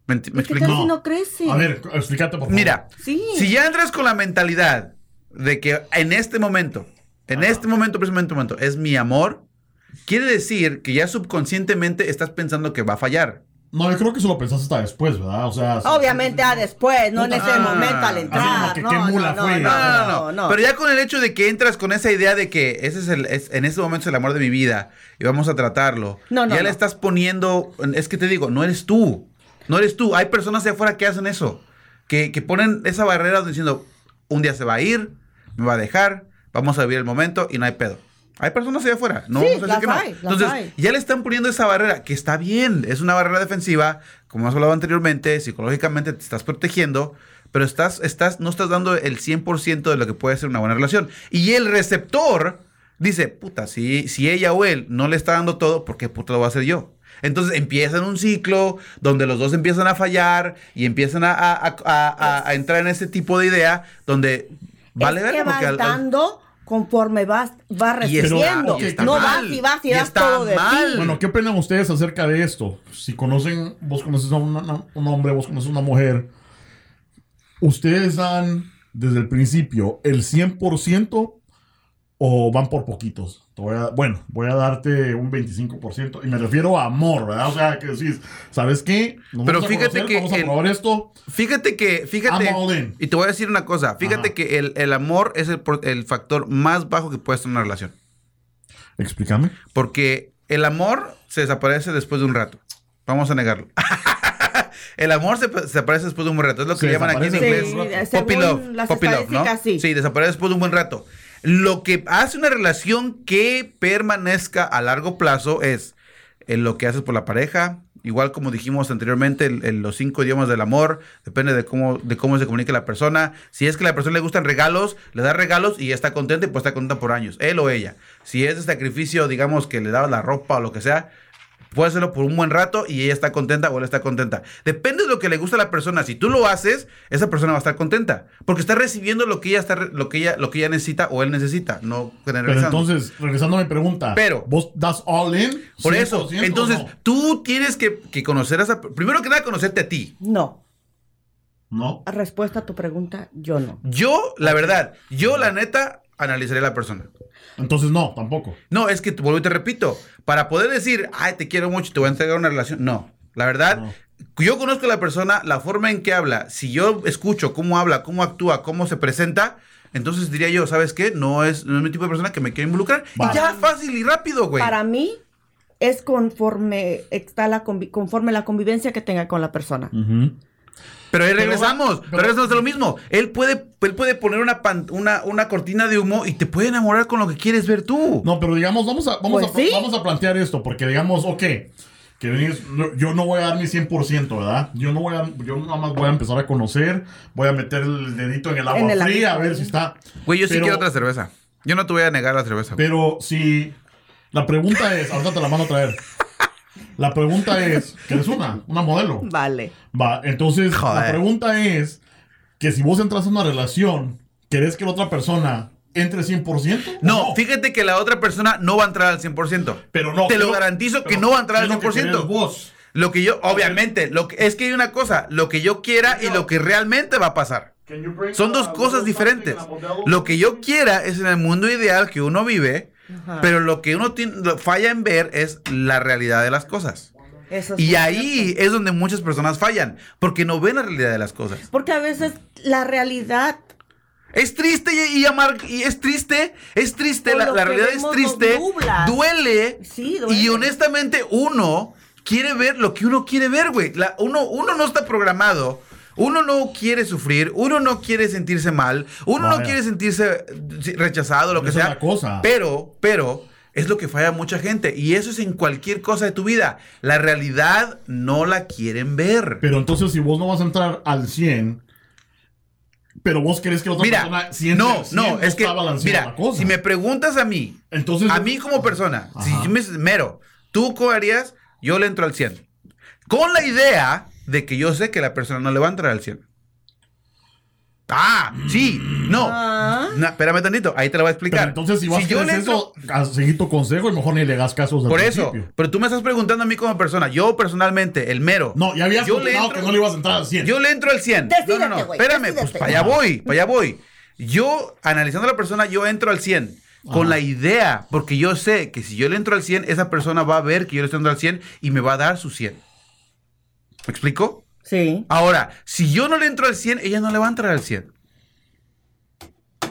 Speaker 2: ¿Me, ent- me
Speaker 3: ¿Qué
Speaker 2: explico?
Speaker 3: tal si no crece?
Speaker 1: A ver, explícate por favor.
Speaker 2: Mira,
Speaker 3: Sí.
Speaker 2: si ya entras con la mentalidad de que en este momento, en este momento, precisamente momento, es mi amor, quiere decir que ya subconscientemente estás pensando que va a fallar.
Speaker 1: No, yo creo que eso lo pensaste hasta después, ¿verdad? O sea,
Speaker 3: Obviamente, ah, después, no en
Speaker 1: Puta,
Speaker 3: ese
Speaker 2: ah,
Speaker 3: momento al
Speaker 2: así
Speaker 1: como
Speaker 3: entrar.
Speaker 1: que
Speaker 3: no,
Speaker 1: qué
Speaker 3: no,
Speaker 1: mula
Speaker 3: no,
Speaker 1: fue.
Speaker 3: no,
Speaker 2: No, no, no,
Speaker 3: no, no.
Speaker 2: Pero ya con el hecho de que entras con esa idea de que ese es el, es- en este momento es el amor de mi vida y vamos a tratarlo,
Speaker 3: No, no,
Speaker 2: ya le
Speaker 3: no.
Speaker 2: estás poniendo, es que te digo, no eres tú, no eres tú. Hay personas allá afuera que hacen eso, que, que ponen esa barrera diciendo, un día se va a ir, me va a dejar, vamos a vivir el momento y no hay pedo. Hay personas allá afuera, no
Speaker 3: Sí,
Speaker 2: vamos a decir
Speaker 3: las
Speaker 2: que no.
Speaker 3: hay, las
Speaker 2: Entonces,
Speaker 3: hay.
Speaker 2: ya le están poniendo esa barrera, que está bien, es una barrera defensiva, como hemos hablado anteriormente, psicológicamente te estás protegiendo, pero estás, estás, no estás dando el 100% de lo que puede ser una buena relación. Y el receptor dice, puta, si, si ella o él no le está dando todo, ¿por qué puta lo voy a hacer yo? Entonces empiezan un ciclo donde los dos empiezan a fallar y empiezan a, a- a- a- a entrar en ese tipo de idea donde vale
Speaker 3: es
Speaker 2: ver
Speaker 3: que vas dando conforme vas, vas
Speaker 2: Y está-
Speaker 3: recibiendo.
Speaker 1: y está
Speaker 3: no
Speaker 2: mal.
Speaker 3: vas y vas y,
Speaker 2: Y
Speaker 3: das
Speaker 2: está
Speaker 3: todo de
Speaker 2: mal.
Speaker 3: ti.
Speaker 1: Bueno, ¿qué opinan ustedes acerca de esto? Si conocen, vos conoces a una- una- un hombre, vos conoces a una mujer, ¿ustedes dan desde el principio el 100% o van por poquitos? Te voy a- bueno, voy a darte un 25% y me refiero a amor, ¿verdad? O sea, que decís, ¿sabes qué? Nos
Speaker 2: Pero
Speaker 1: vamos a
Speaker 2: fíjate que
Speaker 1: Vamos a
Speaker 2: el-
Speaker 1: probar esto.
Speaker 2: Fíjate que, fíjate,
Speaker 1: I'm all in.
Speaker 2: y te voy a decir una cosa, fíjate
Speaker 1: Ajá.
Speaker 2: que el, el amor es el, por- el factor más bajo que puede tener una relación,
Speaker 1: Explícame.
Speaker 2: porque el amor se desaparece después de un rato, vamos a negarlo. El amor se se desaparece después de un buen rato, es lo que
Speaker 1: Se
Speaker 2: le llaman aquí en
Speaker 1: desaparece.
Speaker 2: inglés.
Speaker 1: Sí,
Speaker 3: según
Speaker 2: Poppy Love,
Speaker 3: las
Speaker 2: Poppy Love, ¿no?
Speaker 3: estadísticas, sí.
Speaker 2: desaparece después de un buen rato. Lo que hace una relación que permanezca a largo plazo es en lo que haces por la pareja, Igual como dijimos anteriormente, el- el- los cinco idiomas del amor, depende de cómo, de cómo se comunique la persona. Si es que a la persona le gustan regalos, le da regalos y ya está contenta y pues está contenta por años, él o ella. Si es de sacrificio, digamos que le dabas la ropa o lo que sea, puede hacerlo por un buen rato y ella está contenta o él está contenta. Depende de lo que le gusta a la persona. Si tú lo haces, esa persona va a estar contenta. Porque está recibiendo lo que ella, está, re- lo que ella, lo que ella necesita o él necesita, no
Speaker 1: Pero
Speaker 2: generalizando.
Speaker 1: entonces, regresando a mi pregunta,
Speaker 2: Pero-
Speaker 1: ¿vos das all in?
Speaker 2: Por eso,
Speaker 1: 100% o
Speaker 2: entonces
Speaker 1: no?
Speaker 2: tú tienes que, que conocer a esa... Primero que nada, conocerte a ti.
Speaker 3: No.
Speaker 1: No.
Speaker 3: Respuesta a tu pregunta, yo no.
Speaker 2: Yo, la verdad, yo la neta analizaré a la persona.
Speaker 1: Entonces no, tampoco.
Speaker 2: No, es que, vuelvo y te repito, para poder decir, ay, te quiero mucho, te voy a entregar una relación, no. La verdad, yo conozco a la persona, la forma en que habla, si yo escucho cómo habla, cómo actúa, cómo se presenta, entonces diría yo, ¿sabes qué? No es, no es mi tipo de persona que me quiero involucrar.
Speaker 1: Va.
Speaker 2: Y ya, fácil y rápido, güey.
Speaker 3: Para mí es conforme está la convi- conforme la convivencia que tenga con la persona.
Speaker 2: Mm. Pero ahí
Speaker 1: Pero
Speaker 2: regresamos,
Speaker 1: va-
Speaker 2: pero,
Speaker 1: pero-
Speaker 2: regresamos de lo mismo. Él puede, él puede poner una, pan- una, una cortina de humo y te puede enamorar con lo que quieres ver tú.
Speaker 1: No, pero digamos, vamos a, vamos,
Speaker 3: Pues
Speaker 1: a, pla-
Speaker 3: sí.
Speaker 1: vamos a plantear esto, porque digamos, ok, que venís- no- yo no voy a dar mi 100%, ¿verdad? Yo no voy a, yo nada más voy a empezar a conocer, voy a meter el dedito en el agua
Speaker 3: En el
Speaker 1: fría a
Speaker 3: agua.
Speaker 1: ver si está.
Speaker 2: Güey, yo sí
Speaker 1: Pero-
Speaker 2: quiero otra cerveza. Yo no te voy a negar la cerveza. güey.
Speaker 1: Pero si la pregunta es, ahorita te la mando a traer. La pregunta es, que eres una? Una modelo.
Speaker 3: Vale.
Speaker 1: Va, entonces
Speaker 2: Joder.
Speaker 1: la pregunta es que si vos entras a una relación, ¿querés que la otra persona entre 100%? o
Speaker 2: No, fíjate que la otra persona no va a entrar al 100%.
Speaker 1: Pero no.
Speaker 2: Te lo
Speaker 1: creo-
Speaker 2: garantizo que
Speaker 1: pero
Speaker 2: no va a entrar al
Speaker 1: creo que
Speaker 2: 100%.
Speaker 1: querés vos.
Speaker 2: Lo que yo, obviamente, lo que, es que hay una cosa, lo que yo quiera y lo que realmente va a pasar. Son dos cosas diferentes. Lo que yo quiera es en el mundo ideal que uno vive,
Speaker 3: Ajá.
Speaker 2: pero lo que uno tiene- lo- falla en ver es la realidad de las cosas.
Speaker 3: Eso es
Speaker 2: Y
Speaker 3: muy
Speaker 2: ahí es donde muchas personas fallan, porque no ven la realidad de las cosas.
Speaker 3: Porque a veces la realidad.
Speaker 2: Es triste y, y amar- y es triste, es triste,
Speaker 3: Con
Speaker 2: la,
Speaker 3: lo
Speaker 2: la
Speaker 3: que
Speaker 2: realidad es
Speaker 3: vemos
Speaker 2: triste,
Speaker 3: nos nubla.
Speaker 2: duele,
Speaker 3: Sí, duele.
Speaker 2: y honestamente uno quiere ver lo que uno quiere ver, güey. La- Uno, uno no está programado. Uno no quiere sufrir, uno no quiere sentirse mal, uno no
Speaker 1: Vaya.
Speaker 2: quiere sentirse eh, rechazado, lo que
Speaker 1: Esa es
Speaker 2: sea.
Speaker 1: la cosa.
Speaker 2: Pero, pero, es lo que falla a mucha gente. Y eso es en cualquier cosa de tu vida. La realidad no la quieren ver.
Speaker 1: Pero entonces si vos no vas a entrar al 100, pero vos querés que la otra
Speaker 2: Mira,
Speaker 1: persona sienta
Speaker 2: no, no, es que,
Speaker 1: está balanceada
Speaker 2: mira,
Speaker 1: la cosa.
Speaker 2: si me preguntas a mí,
Speaker 1: Entonces-
Speaker 2: a mí como persona, si
Speaker 1: Ajá.
Speaker 2: yo me mero, tú co harías, yo le entro al 100. Con la idea de que yo sé que la persona no le va a entrar al 100. Ah, sí, no.
Speaker 3: Ah.
Speaker 2: Na- espérame tantito, ahí te la voy a
Speaker 1: Pero
Speaker 2: explicar.
Speaker 1: entonces si vas a
Speaker 2: le
Speaker 1: hacer
Speaker 2: entro-
Speaker 1: eso, a seguir tu consejo y mejor ni le das casos al
Speaker 2: por eso,
Speaker 1: principio.
Speaker 2: pero tú me estás preguntando a mí como persona, yo personalmente, el mero.
Speaker 1: No, ya habías
Speaker 2: yo le
Speaker 1: contado
Speaker 2: entro-
Speaker 1: que no le ibas a entrar al 100.
Speaker 2: Yo le entro al 100. no, no, no,
Speaker 4: Decídete, güey,
Speaker 2: espérame,
Speaker 4: decídete.
Speaker 2: pues para allá voy, para allá voy. Yo, analizando a la persona, yo entro al 100. Con la idea, porque yo sé que si yo le entro al 100, esa persona va a ver que yo le estoy entrando al 100 y me va a dar su 100. ¿Me explico?
Speaker 3: Sí.
Speaker 2: Ahora, si yo no le entro al 100, ella no le va a entrar al 100.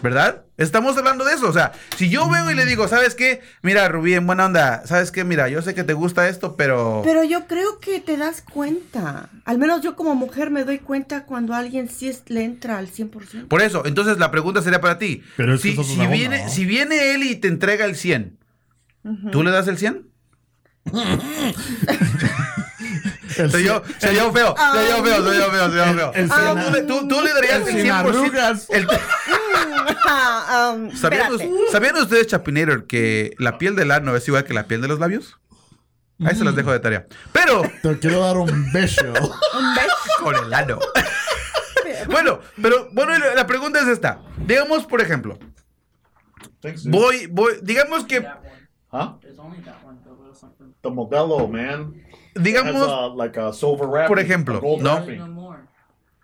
Speaker 2: ¿Verdad? Estamos hablando de eso. O sea, si yo veo y le digo, ¿sabes qué? Mira, Rubí, en buena onda, ¿sabes qué? Mira, yo sé que te gusta esto, pero...
Speaker 3: Pero yo creo que te das cuenta. Al menos yo como mujer me doy cuenta cuando alguien sí es- le entra al 100%.
Speaker 2: Por eso, entonces la pregunta sería para ti.
Speaker 1: Pero es que
Speaker 2: si,
Speaker 1: eso es
Speaker 2: si
Speaker 1: una bomba,
Speaker 2: viene,
Speaker 1: ¿no?
Speaker 2: si viene él y te entrega el 100, ¿tú le das el 100?
Speaker 1: El
Speaker 2: Soy yo, soy yo feo, soy yo feo, soy yo feo, soy yo feo.
Speaker 1: El- el
Speaker 2: Pero
Speaker 1: sin-
Speaker 2: tú, le- tú- tú le darías
Speaker 1: el
Speaker 2: el
Speaker 1: sin
Speaker 2: 100%.
Speaker 1: arrugas.
Speaker 2: El-
Speaker 3: Ah, um,
Speaker 2: ¿sabían,
Speaker 3: espérate.
Speaker 2: us- sabían ustedes, Chapinator, que la piel del ano es igual que la piel de los labios? Ahí
Speaker 1: Mm.
Speaker 2: se los dejo de tarea. Pero
Speaker 1: Te quiero dar un beso.
Speaker 2: con el ano. bueno, pero bueno, y la la pregunta es esta. Digamos, por ejemplo, voy, voy, digamos que,
Speaker 1: Huh? There's only that one Modelo, man.
Speaker 2: digamos,
Speaker 1: a, like a silver wrapping.
Speaker 2: Por ejemplo,
Speaker 1: a gold
Speaker 2: ¿no?
Speaker 1: wrapping.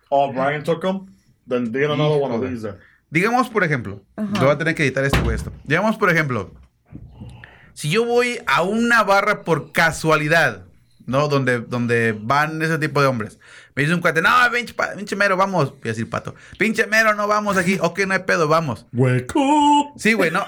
Speaker 1: Oh, Brian took them. Then they get another one of these. then.
Speaker 2: Digamos, por ejemplo, yo voy a tener que editar este güey esto. Digamos, por ejemplo, si yo voy a una barra por casualidad, ¿no? Donde, donde van ese tipo de hombres. Me dice un cuate, no, pinche, pa- pinche mero, vamos. Voy a decir pato, pinche mero, no vamos aquí. Ok, no hay pedo, vamos.
Speaker 1: Hueco.
Speaker 2: Sí, güey, no.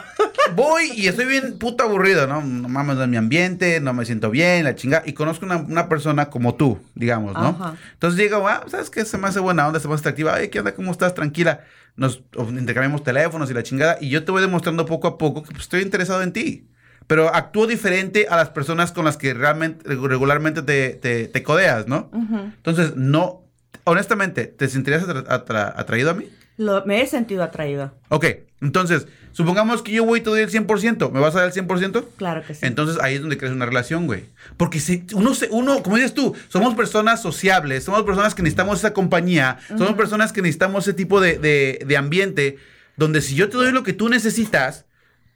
Speaker 2: Voy y estoy bien puto aburrido, ¿no? No mames, no es mi ambiente, no me siento bien, la chinga. Y conozco una, una persona como tú, digamos, ¿no?
Speaker 3: Ajá.
Speaker 2: Entonces digo, ah, ¿sabes qué? Se me hace buena onda, se me hace atractiva. Ay, ¿qué onda? ¿Cómo estás? Tranquila. Nos intercambiamos teléfonos y la chingada. Y yo te voy demostrando poco a poco que pues, estoy interesado en ti. pero actúo diferente a las personas con las que realmente, regularmente te, te- te codeas, ¿no? Entonces, no, honestamente, ¿te sentirías atra- atra- atraído a mí?
Speaker 3: Lo- me he sentido atraída.
Speaker 2: Ok, entonces, supongamos que yo voy y te doy el 100%, ¿me vas a dar el 100%?
Speaker 3: Claro que sí.
Speaker 2: Entonces ahí es donde creas una relación, güey. Porque si uno, se, uno, como dices tú, somos personas sociables, somos personas que necesitamos esa compañía, somos personas que necesitamos ese tipo de, de- de ambiente, donde si yo te doy lo que tú necesitas,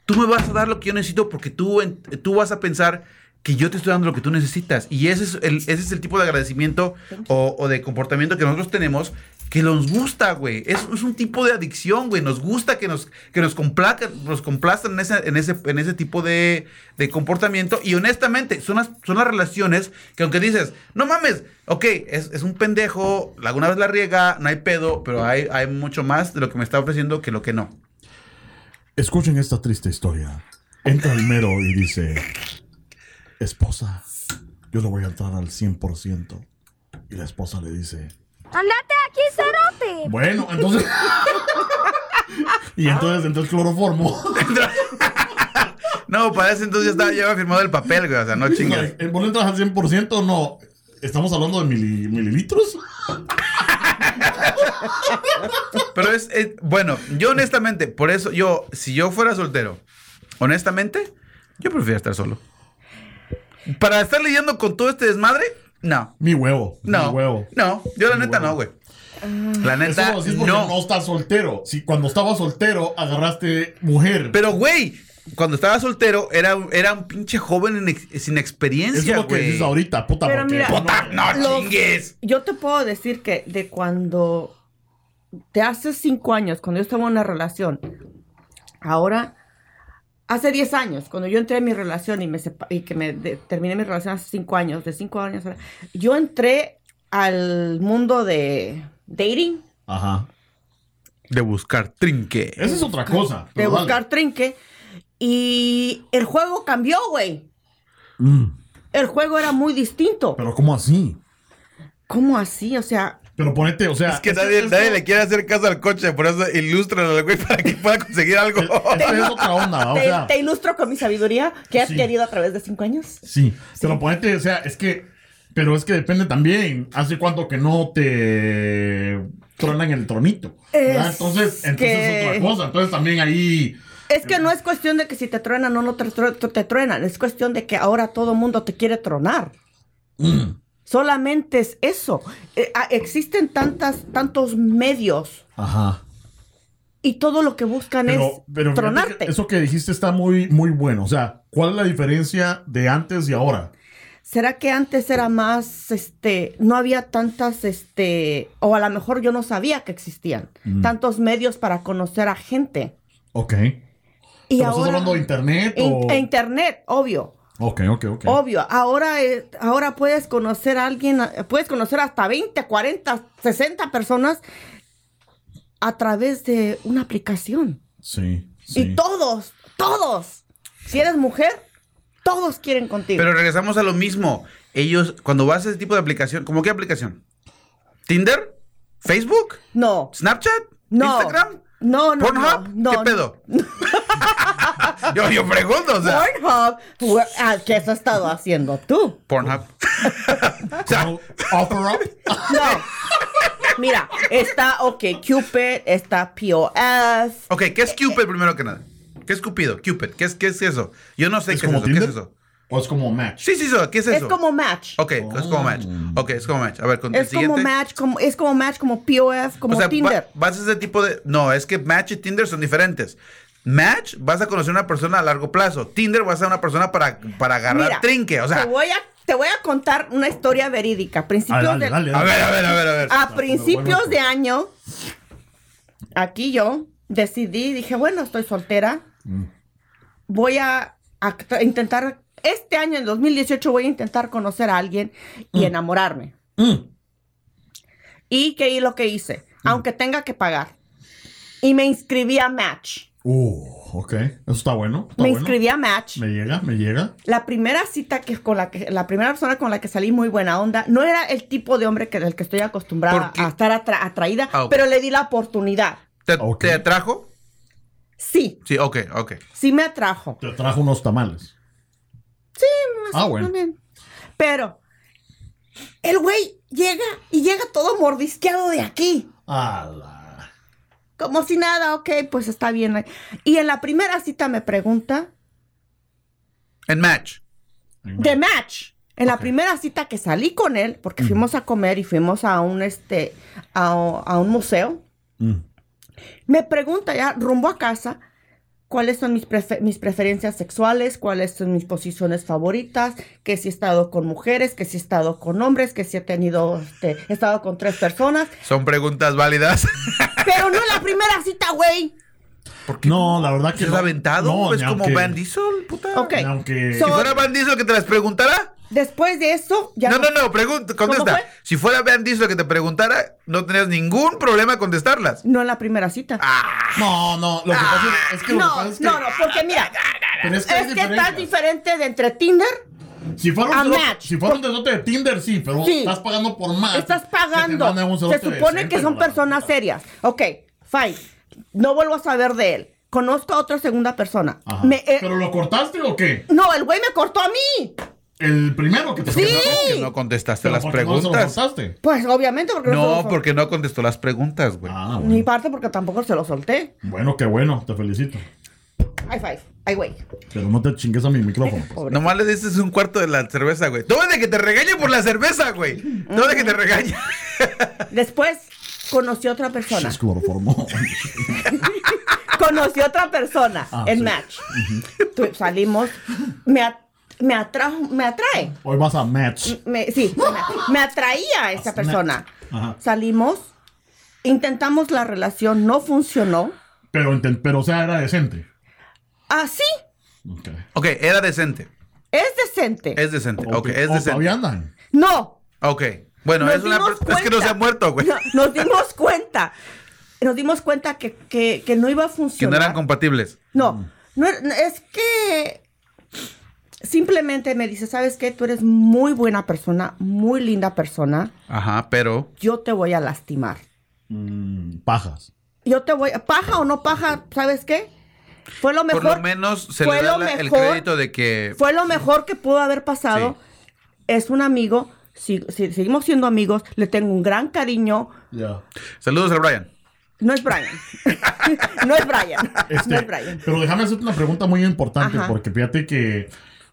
Speaker 2: tú me vas a dar lo que yo necesito porque tú, en- tú vas a pensar que yo te estoy dando lo que tú necesitas. Y ese es el, ese es el tipo de agradecimiento o, o de comportamiento que nosotros tenemos que nos gusta, güey. Es, es un tipo de adicción, güey. Nos gusta que nos, que nos, complaca- nos complazcan en ese, en ese, en ese tipo de, de comportamiento. Y honestamente, son las, son las relaciones que aunque dices, no mames, ok, es, es un pendejo, alguna vez la riega, no hay pedo, pero hay, hay mucho más de lo que me está ofreciendo que lo que no.
Speaker 1: Escuchen esta triste historia. Entra el mero y dice, esposa, yo le voy a entrar al 100%. Y la esposa le dice,
Speaker 5: Andate de aquí, cerote.
Speaker 1: bueno, entonces... y entonces entró el cloroformo.
Speaker 2: No, para ese entonces ya estaba, ya había firmado el papel, güey. O sea, no chingas.
Speaker 1: ¿El boleto entras al 100% o no? ¿Estamos hablando de mili- mililitros?
Speaker 2: Pero es, es- bueno, yo honestamente, por eso yo, si yo fuera soltero, honestamente, yo prefiero estar solo. Para estar lidiando con todo este desmadre, no.
Speaker 1: Mi huevo.
Speaker 2: No.
Speaker 1: Mi huevo.
Speaker 2: No, yo la
Speaker 1: Mi
Speaker 2: neta
Speaker 1: huevo.
Speaker 2: no, güey. La
Speaker 1: Eso
Speaker 2: neta
Speaker 1: lo decís porque no.
Speaker 2: no.
Speaker 1: estás soltero. Si cuando estabas soltero agarraste mujer.
Speaker 2: Pero güey, cuando estaba soltero era, era un pinche joven en ex- sin
Speaker 1: eso es
Speaker 2: experiencia,
Speaker 1: lo que
Speaker 2: güey.
Speaker 1: dices ahorita, puta.
Speaker 3: Pero
Speaker 1: porque-
Speaker 3: mira-
Speaker 2: Puta, no
Speaker 3: Los-
Speaker 2: chingues.
Speaker 3: Yo te puedo decir que de cuando de hace cinco años, cuando yo estaba en una relación, ahora, hace 10 años, cuando yo entré en mi relación y, me sepa- y que me de- terminé mi relación hace cinco años, de cinco años, ahora, yo entré al mundo de dating,
Speaker 1: Ajá.
Speaker 2: De buscar trinque.
Speaker 1: Esa es otra cosa.
Speaker 3: de
Speaker 1: pero dale.
Speaker 3: buscar trinque, y el juego cambió, güey.
Speaker 1: Mm,
Speaker 3: El juego era muy distinto.
Speaker 1: pero ¿cómo así?
Speaker 3: ¿Cómo así? O sea,
Speaker 1: Pero ponete, o sea.
Speaker 2: Ah, Es que nadie,
Speaker 1: esto-
Speaker 2: nadie le quiere hacer caso al coche, por eso ilustran al güey para que pueda conseguir algo.
Speaker 1: Esta es otra onda, Ah, o
Speaker 3: te,
Speaker 1: sea.
Speaker 3: te ilustro con mi sabiduría que he
Speaker 1: Sí.
Speaker 3: adquirido a través de cinco años.
Speaker 1: Sí, pero ponete, o sea, es que. Pero es que depende también. ¿Hace cuánto que no te tronan el tronito? ¿verdad?
Speaker 3: Es
Speaker 1: Entonces, entonces
Speaker 3: que-
Speaker 1: es otra cosa. Entonces también ahí.
Speaker 3: Es que no es cuestión de que si te truenan o no te, tru- te truenan, es cuestión de que ahora todo mundo te quiere tronar. Solamente es eso. Eh, ah, existen tantas, tantos medios
Speaker 1: Ajá.
Speaker 3: y todo lo que buscan es
Speaker 1: Pero, pero fíjate que
Speaker 3: tronarte.
Speaker 1: eso que dijiste está muy, muy bueno. O sea, ¿cuál es la diferencia de antes y ahora?
Speaker 3: ¿Será que antes era más, este, no había tantas, este, o a lo mejor yo no sabía que existían
Speaker 1: Mm.
Speaker 3: tantos medios para conocer a gente?
Speaker 1: Ok.
Speaker 3: Y
Speaker 1: ¿Pero estás
Speaker 3: ahora,
Speaker 1: hablando de internet
Speaker 3: in- Oh,
Speaker 1: o...?
Speaker 3: e internet, obvio.
Speaker 1: ok, ok, ok.
Speaker 3: Obvio, ahora, eh, ahora puedes conocer a alguien, eh, puedes conocer hasta 20, 40, 60 personas a través de una aplicación.
Speaker 1: Sí, sí.
Speaker 3: Y todos, todos, si eres mujer, todos quieren contigo.
Speaker 2: Pero regresamos a lo mismo. Ellos, cuando vas a ese tipo de aplicación, ¿cómo qué aplicación? ¿Tinder? ¿Facebook?
Speaker 3: no,
Speaker 2: ¿Snapchat?
Speaker 3: no.
Speaker 2: ¿Instagram?
Speaker 3: No, no,
Speaker 2: ¿Pornhub?
Speaker 3: no,
Speaker 2: ¿Qué
Speaker 3: no.
Speaker 2: pedo? yo, yo pregunto, o sea.
Speaker 3: Pornhub, where- ah, ¿qué has estado haciendo tú?
Speaker 2: Pornhub. o sea,
Speaker 1: Offer up.
Speaker 3: No. Mira, está OK Cupid, está POF.
Speaker 2: ok, ¿qué es Cupid primero que nada? ¿Qué es Cupido? Cupid, ¿qué es, qué es eso? Yo no sé
Speaker 1: ¿Es
Speaker 2: qué
Speaker 1: como
Speaker 2: es eso. ¿Qué
Speaker 1: Tinder?
Speaker 2: es eso?
Speaker 1: ¿O es como match?
Speaker 2: Sí, sí, eso. ¿Qué es
Speaker 3: Es
Speaker 2: eso?
Speaker 3: como Match.
Speaker 2: Ok, es como match. Ok, es como match. A ver, con el
Speaker 3: Es
Speaker 2: siguiente.
Speaker 3: como Match, como, es como Match, como POF, como
Speaker 2: o sea, va-
Speaker 3: Tinder.
Speaker 2: vas a ese tipo de. No, es que Match y Tinder son diferentes. Match, vas a conocer a una persona a largo plazo. Tinder, vas a una persona para, para agarrar
Speaker 3: Mira,
Speaker 2: trinque. O sea,
Speaker 3: te voy a, te voy a contar una historia
Speaker 1: Ah,
Speaker 3: verídica. A Ah. Principios
Speaker 1: dale,
Speaker 3: de,
Speaker 1: dale,
Speaker 2: a
Speaker 1: dale.
Speaker 2: ver, a ver, a ver, a ver.
Speaker 3: a principios
Speaker 1: bueno.
Speaker 3: de año, aquí yo decidí, dije, bueno, estoy soltera.
Speaker 1: Mm.
Speaker 3: Voy a, a tra- intentar, este año, en 2018, voy a intentar conocer a alguien y enamorarme.
Speaker 1: Mm.
Speaker 3: Y que y lo que hice, aunque tenga que pagar. Y me inscribí a Match.
Speaker 1: Uh, ok. Eso está bueno. está
Speaker 3: Me
Speaker 1: bueno.
Speaker 3: inscribí a Match.
Speaker 1: Me llega, me llega.
Speaker 3: La primera cita que con la que la primera persona con la que salí muy buena onda no era el tipo de hombre que del que estoy acostumbrada
Speaker 2: ¿Por qué?
Speaker 3: a estar atra- atraída,
Speaker 2: Ah, ok.
Speaker 3: pero le di la oportunidad.
Speaker 2: ¿Te,
Speaker 1: ok.
Speaker 2: te atrajo?
Speaker 3: Sí,
Speaker 2: Sí, ok, ok.
Speaker 3: sí me atrajo.
Speaker 1: Te trajo unos tamales.
Speaker 3: sí,
Speaker 1: Ah, bueno.
Speaker 3: también. Pero el güey llega y llega todo mordisqueado de aquí.
Speaker 1: A la-
Speaker 3: Como si nada, ok, pues está bien. Y en la primera cita me pregunta,
Speaker 2: En match.
Speaker 3: de match. En la primera cita que salí con él, porque fuimos a comer y fuimos a un, este, a, a un museo,
Speaker 1: Mm.
Speaker 3: me pregunta ya rumbo a casa cuáles son mis, prefe- mis preferencias sexuales, cuáles son mis posiciones favoritas, que si he estado con mujeres, que si he estado con hombres, que si he tenido, este, he estado con tres personas,
Speaker 2: Son preguntas válidas.
Speaker 3: pero no en la primera cita, güey.
Speaker 1: No, la verdad que.
Speaker 2: ¿Qué es
Speaker 1: no.
Speaker 2: aventado?
Speaker 1: No,
Speaker 2: pues
Speaker 1: ni
Speaker 2: como
Speaker 1: aunque-
Speaker 2: Van Diesel, puta.
Speaker 3: Ok.
Speaker 1: ni aunque-
Speaker 2: Si
Speaker 3: So-
Speaker 2: fuera Van Diesel que te las preguntara.
Speaker 3: Después de eso, ya
Speaker 2: no, no, no, pregunta, contesta.
Speaker 3: fue?
Speaker 2: Si fuera Van Diesel que te preguntara, no tenías ningún problema contestarlas.
Speaker 3: no en la primera cita.
Speaker 1: No, no, lo que
Speaker 2: Ah.
Speaker 1: pasa es, es que lo que
Speaker 3: no,
Speaker 1: pasa es que.
Speaker 3: no, no, porque mira,
Speaker 1: pero es que hay
Speaker 3: es que
Speaker 1: diferencias.
Speaker 3: tan diferente de entre Tinder
Speaker 1: Si fuera un,
Speaker 3: A
Speaker 1: cerote-
Speaker 3: match.
Speaker 1: si fuera un cerote de Tinder, sí, pero
Speaker 3: Sí.
Speaker 1: estás pagando por más.
Speaker 3: Estás
Speaker 1: Que te
Speaker 3: pagando.
Speaker 1: manden un ¿eh?
Speaker 3: Se
Speaker 1: cerote
Speaker 3: supone
Speaker 1: decente,
Speaker 3: que son
Speaker 1: la-
Speaker 3: personas serias. Ok, fine. No vuelvo a saber de él. Conozco a otra segunda persona.
Speaker 1: Ajá.
Speaker 3: Me- eh,
Speaker 1: ¿Pero lo cortaste o qué?
Speaker 3: no, el güey me cortó a mí.
Speaker 1: El primero que te
Speaker 3: Sí.
Speaker 2: Que no contestaste
Speaker 1: Pero
Speaker 2: las
Speaker 1: ¿por qué no se lo
Speaker 2: preguntas.
Speaker 1: cortaste?
Speaker 3: Pues obviamente porque se lo
Speaker 2: No,
Speaker 3: sol-
Speaker 2: porque no contestó las preguntas, güey.
Speaker 1: Ah,
Speaker 3: Ni
Speaker 1: bueno.
Speaker 3: parte porque tampoco se lo solté.
Speaker 1: Bueno, qué bueno, te felicito.
Speaker 3: High five. Ay, güey.
Speaker 1: Pero no te chingues a mi micrófono. pues.
Speaker 3: Pobre.
Speaker 2: Nomás le dices un cuarto de la cerveza, güey. Todo es de que te regañe por la cerveza, güey. Todo es de que te regañe.
Speaker 3: Después conocí a otra persona.
Speaker 1: Es cloroformo.
Speaker 3: conocí a otra persona
Speaker 1: Ah,
Speaker 3: en
Speaker 1: sí.
Speaker 3: match. Tu- Salimos. Me, at- me atrajo, me atrae.
Speaker 1: Hoy vas a match.
Speaker 3: me, sí, me, me atraía a esa persona.
Speaker 1: Ajá.
Speaker 3: Salimos, intentamos la relación, no funcionó.
Speaker 1: Pero, enten- pero o sea, era decente.
Speaker 3: Así
Speaker 1: Ok.
Speaker 2: Ok, era decente.
Speaker 3: es decente.
Speaker 2: Es decente. Ok, es
Speaker 1: O oh, Todavía
Speaker 2: decente.
Speaker 1: andan.
Speaker 3: No.
Speaker 2: Ok. Bueno,
Speaker 3: nos
Speaker 2: es una.
Speaker 3: dimos
Speaker 2: per- Es que no se ha
Speaker 3: cuenta.
Speaker 2: muerto, güey.
Speaker 3: No, nos dimos cuenta. Nos dimos cuenta que, que- que no iba a
Speaker 2: Que no
Speaker 3: funcionar.
Speaker 2: eran Mm. compatibles.
Speaker 3: No, no era- no, es que simplemente me dice, ¿sabes qué? Tú eres muy buena persona, muy linda persona.
Speaker 2: Ajá, pero.
Speaker 3: Yo te voy a lastimar.
Speaker 1: Mm, pajas.
Speaker 3: Yo te voy, paja o no paja, ¿sabes qué? Fue lo mejor.
Speaker 2: por lo menos se
Speaker 3: fue
Speaker 2: le da
Speaker 3: lo
Speaker 2: la- el
Speaker 3: mejor-
Speaker 2: crédito de que.
Speaker 3: Fue lo mejor que pudo haber pasado. Es un amigo. si- si- seguimos siendo amigos. Le tengo un gran cariño.
Speaker 1: Ya.
Speaker 2: Saludos a Brian.
Speaker 3: No es Brian. no es Brian.
Speaker 1: Este,
Speaker 3: No es Brian.
Speaker 1: Pero déjame hacerte una pregunta muy importante,
Speaker 3: Ajá.
Speaker 1: porque fíjate que,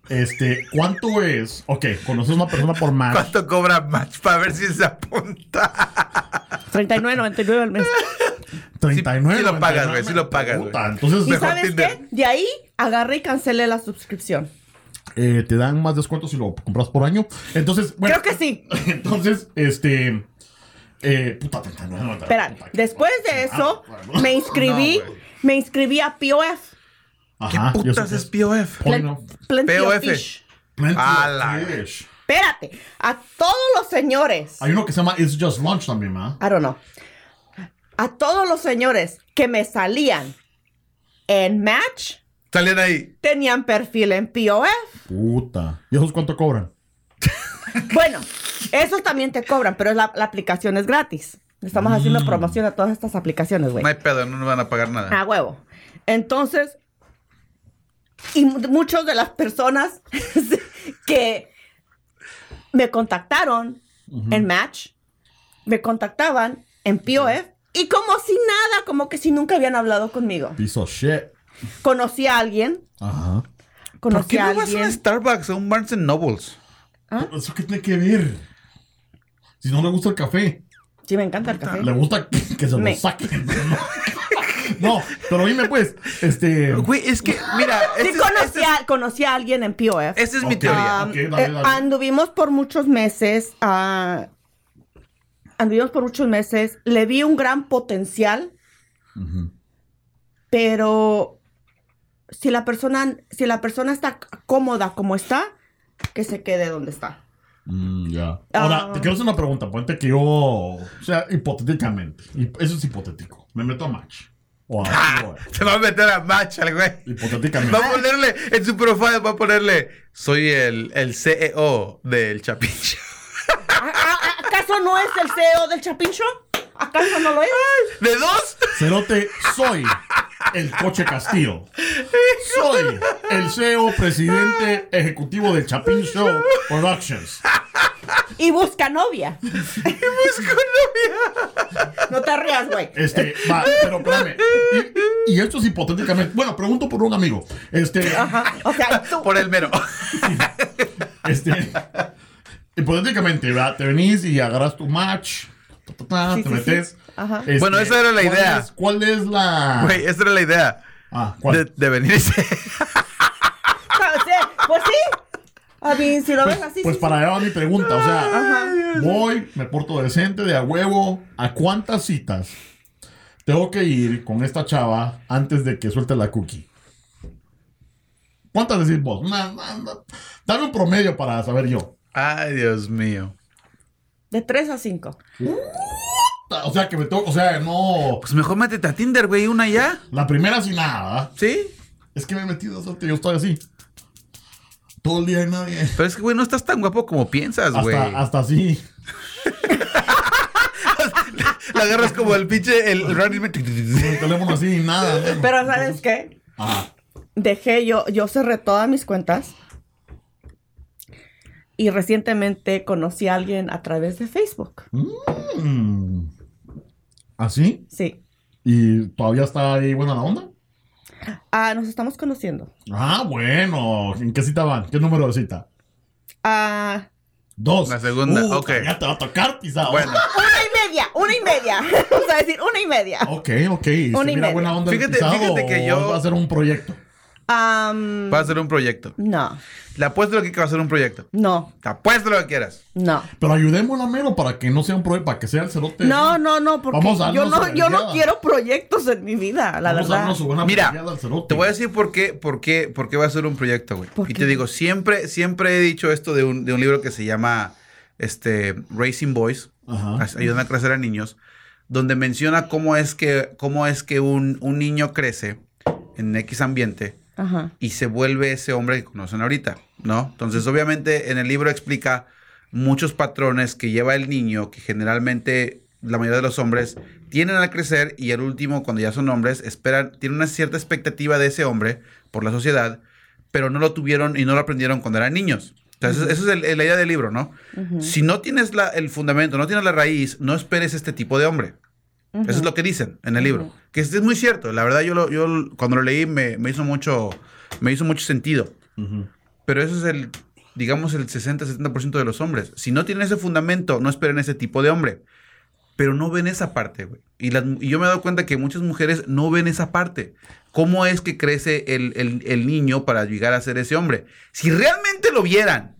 Speaker 1: este, ¿cuánto es? Ok, conoces una persona por match.
Speaker 2: ¿Cuánto cobra Match para ver si se apunta?
Speaker 3: 39.99 al mes.
Speaker 1: 39.
Speaker 2: sí lo pagas, güey, sí lo pagas, güey.
Speaker 1: Puta, entonces
Speaker 3: ¿Y
Speaker 2: Mejor
Speaker 3: sabes
Speaker 2: Tinder.
Speaker 3: qué? De ahí agarré y cancelé la suscripción.
Speaker 1: eh, te dan más descuentos si lo compras por año. Entonces, bueno.
Speaker 3: Creo que sí.
Speaker 1: Entonces, este, eh, puta, 39. no,
Speaker 3: Espera,
Speaker 1: puta, que-
Speaker 3: después de eso, me inscribí.
Speaker 2: No, güey.
Speaker 3: me inscribí a POF.
Speaker 1: Ajá,
Speaker 2: ¿Qué
Speaker 1: y eso
Speaker 2: putas
Speaker 1: que
Speaker 2: es POF?
Speaker 1: Porno.
Speaker 3: Plenty of
Speaker 2: POF.
Speaker 3: Fish.
Speaker 1: Plenty of
Speaker 2: A la-
Speaker 1: fish.
Speaker 3: Espérate. A todos los señores.
Speaker 1: Hay uno que se llama It's Just Lunch también, ¿ah?
Speaker 3: I don't know. A todos los señores que me salían en Match
Speaker 2: Salen ahí.
Speaker 3: tenían perfil en POF.
Speaker 1: Puta. ¿Y esos cuánto cobran?
Speaker 3: Bueno, esos también te cobran, pero la, la aplicación es gratis. Estamos haciendo promoción a todas estas aplicaciones, güey.
Speaker 2: Mm.
Speaker 3: Ah,
Speaker 2: No hay pedo, no nos van a pagar nada.
Speaker 3: A huevo. Entonces, y mu- muchas de las personas que me contactaron en Match, me contactaban en POF y como si nada, como que si nunca habían hablado conmigo.
Speaker 1: Piece of shit.
Speaker 3: Conocí a alguien,
Speaker 1: Ajá.
Speaker 2: ¿Por
Speaker 3: conocí
Speaker 2: qué
Speaker 3: a
Speaker 2: no vas a
Speaker 3: alguien.
Speaker 2: un Starbucks o un Barnes Nobles?
Speaker 3: ¿Ah?
Speaker 1: ¿Eso qué tiene que ver? Si no le gusta el café,
Speaker 3: Sí, me encanta el café.
Speaker 1: le gusta que que se lo
Speaker 3: Me.
Speaker 1: saquen. No, pero dime pues, este...
Speaker 2: Güey, es que, mira,
Speaker 3: Sí,
Speaker 2: este es-
Speaker 3: conocí,
Speaker 2: este es-
Speaker 3: a, conocí a alguien en POF.
Speaker 2: esta es mi
Speaker 1: Ok.
Speaker 2: teoría.
Speaker 3: Ah,
Speaker 1: ok, dale,
Speaker 3: eh,
Speaker 1: dale.
Speaker 3: anduvimos por muchos meses. ah, anduvimos por muchos meses. Le vi un gran potencial,
Speaker 1: Ujú.
Speaker 3: pero si la persona, si la persona está c- cómoda como está, que se quede donde está.
Speaker 1: Mm, ya. Ahora,
Speaker 3: Ah.
Speaker 1: te quiero hacer una pregunta. Ponte que yo, o sea, hipotéticamente, hip- eso es hipotético. Me meto a Match. O
Speaker 3: Ah.
Speaker 1: a
Speaker 2: Se va a meter a Match al güey.
Speaker 1: Hipotéticamente.
Speaker 2: Va a ponerle, en su profile va a ponerle, soy el, el CEO del Chapincho.
Speaker 3: ¿A- a- ¿Acaso no es E el CEO del Chapincho? ¿Acaso no lo es?
Speaker 2: ¿De dos?
Speaker 1: Cerote, soy el coche Castillo. Soy el CEO, presidente ejecutivo de Chapin Show Productions.
Speaker 3: Y busca novia. No te rías, güey.
Speaker 1: Este, va, pero espérame. Y, y esto es hipotéticamente. Bueno, pregunto por un amigo. Este,
Speaker 3: Ajá. O sea, tú.
Speaker 2: Por el mero.
Speaker 1: este, hipotéticamente, ¿verdad? Te venís y agarras tu match, ta, ta, ta,
Speaker 3: Sí,
Speaker 1: te
Speaker 3: sí,
Speaker 1: metes.
Speaker 3: sí. Ajá.
Speaker 1: Este,
Speaker 2: Bueno, esa era la
Speaker 1: ¿cuál
Speaker 2: idea.
Speaker 1: es- ¿Cuál es la.
Speaker 2: Güey, esa era la idea.
Speaker 1: Ah, ¿cuál?
Speaker 2: De, de venirse.
Speaker 3: O sea, Pues sí. A mí, si lo ves así.
Speaker 1: Pues
Speaker 3: sí,
Speaker 1: para allá va mi pregunta, o sea,
Speaker 3: Ajá.
Speaker 1: voy, me porto decente, de a huevo, ¿a cuántas citas tengo que ir con esta chava antes de que suelte la cookie? ¿Cuántas decís vos? Una- una- una- Dame un promedio para saber yo.
Speaker 2: Ay, Dios mío.
Speaker 3: De 3 a 5.
Speaker 1: O sea, que me tengo, o sea, no,
Speaker 2: Pues mejor métete a Tinder, güey, una ya.
Speaker 1: la primera sin nada, ¿verdad?
Speaker 2: ¿Sí?
Speaker 1: Es que me he metido suerte, yo estoy así. Todo el día y nadie.
Speaker 2: Pero es que, güey, no estás tan guapo como piensas, güey.
Speaker 1: Hasta, hasta así.
Speaker 2: La agarras como el pinche, el Running Man.
Speaker 1: Con el teléfono así y nada. ¿no?
Speaker 3: Pero ¿sabes qué?
Speaker 1: Ah,
Speaker 3: Dejé yo, yo cerré todas mis cuentas. Y recientemente conocí a alguien a través de Facebook.
Speaker 1: mm. ¿Así?
Speaker 3: Sí.
Speaker 1: ¿Y todavía está ahí buena la onda?
Speaker 3: Ah, nos estamos conociendo.
Speaker 1: Ah, bueno. ¿En qué cita van? ¿Qué número de cita?
Speaker 3: Ah,
Speaker 1: Dos.
Speaker 2: La segunda,
Speaker 1: Uh,
Speaker 2: ok.
Speaker 1: Ya te va a tocar, quizá.
Speaker 2: Bueno,
Speaker 3: una y media, una y media. Vamos a decir una y media.
Speaker 1: Ok, ok. ¿Y ¿Se
Speaker 3: Una y
Speaker 1: mira
Speaker 3: media.
Speaker 1: buena onda
Speaker 2: Fíjate-
Speaker 1: el pisado
Speaker 2: fíjate que
Speaker 1: o
Speaker 2: yo-
Speaker 1: va a ser un proyecto?
Speaker 3: Am,
Speaker 2: va a ser un proyecto.
Speaker 3: no,
Speaker 2: Le apuesto lo que va a ser un proyecto.
Speaker 3: no,
Speaker 2: Te apuesto lo que quieras.
Speaker 3: no.
Speaker 1: Pero ayudémosla, Mero, para que no sea un proyecto, para que sea el cerote.
Speaker 3: No, no, no, porque
Speaker 1: Vamos a
Speaker 3: yo
Speaker 1: darnos
Speaker 3: no,
Speaker 1: una
Speaker 3: yo no
Speaker 1: aliada.
Speaker 3: quiero proyectos en mi vida,
Speaker 1: Vamos a
Speaker 3: la verdad.
Speaker 1: darnos una
Speaker 2: Mira,
Speaker 1: peleada al cerote.
Speaker 2: Te voy a decir por qué, por qué, por qué va a ser un proyecto, güey.
Speaker 3: ¿Por
Speaker 2: Y
Speaker 3: qué?
Speaker 2: te digo, siempre, siempre he dicho esto de un, de un libro que se llama este, Racing Boys,
Speaker 1: Ajá.
Speaker 2: as- Ayudando a crecer a niños, donde menciona cómo es que, cómo es que un, un niño crece en X ambiente
Speaker 3: Ajá.
Speaker 2: y se vuelve ese hombre que conocen ahorita, ¿no? Entonces, obviamente, en el libro explica muchos patrones que lleva el niño, que generalmente la mayoría de los hombres tienen al crecer y el último, cuando ya son hombres, esperan, tienen una cierta expectativa de ese hombre por la sociedad, pero no lo tuvieron y no lo aprendieron cuando eran niños. Entonces, esa es el- el- la idea del libro, ¿no? Si no tienes la- el fundamento, no tienes la raíz, no esperes este tipo de hombre. Eso es lo que dicen en el libro. Que es, es muy cierto. La verdad, yo, lo- yo lo- cuando lo leí me, me hizo mucho, me hizo mucho sentido.
Speaker 1: Ujú.
Speaker 2: Pero eso es el, digamos, el 60-70% de los hombres. Si no tienen ese fundamento, no esperen ese tipo de hombre. Pero no ven esa parte, güey. Y, las mu- y yo me he dado cuenta que muchas mujeres no ven esa parte. ¿Cómo es que crece el, el- el niño para llegar a ser ese hombre? Si realmente lo vieran,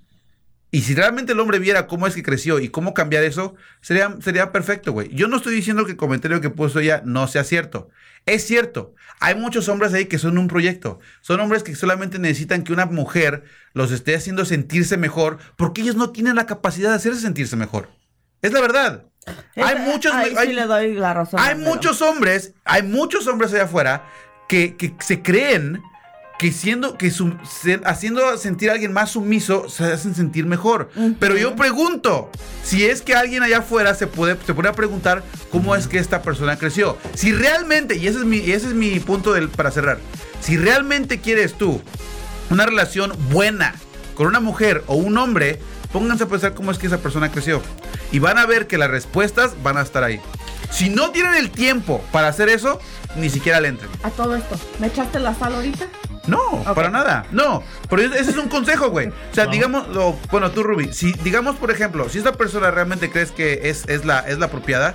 Speaker 2: y si realmente el hombre viera cómo es que creció y cómo cambiar eso, sería, sería perfecto, güey. Yo no estoy diciendo que el comentario que puso ella no sea cierto. Es cierto. Hay muchos hombres ahí que son un proyecto. Son hombres que solamente necesitan que una mujer los esté haciendo sentirse mejor porque ellos no tienen la capacidad de hacerse sentirse mejor. Es la verdad. Hay
Speaker 3: Esa-
Speaker 2: muchos...
Speaker 3: ahí
Speaker 2: hay-
Speaker 3: sí le doy la razón.
Speaker 2: hay
Speaker 3: pero-
Speaker 2: muchos hombres, hay muchos hombres allá afuera que, que se creen que siendo que su- se- haciendo sentir a alguien más sumiso se hacen sentir mejor. Pero yo pregunto, si es que alguien allá afuera se puede se pone a preguntar cómo es que esta persona creció. Si realmente, y ese es mi y ese es mi punto del- para cerrar. Si realmente quieres tú una relación buena con una mujer o un hombre, pónganse a pensar cómo es que esa persona creció. Y van a ver que las respuestas van a estar ahí. Si no tienen el tiempo para hacer eso, ni siquiera le entren.
Speaker 3: A todo esto, ¿me echaste la sal ahorita?
Speaker 2: No, para nada. No, pero es- ese es un consejo, güey. O sea,
Speaker 1: No.
Speaker 2: digamos, lo- bueno, tú, Ruby, si digamos, por ejemplo, si esta persona realmente crees que es, es, la, es la apropiada,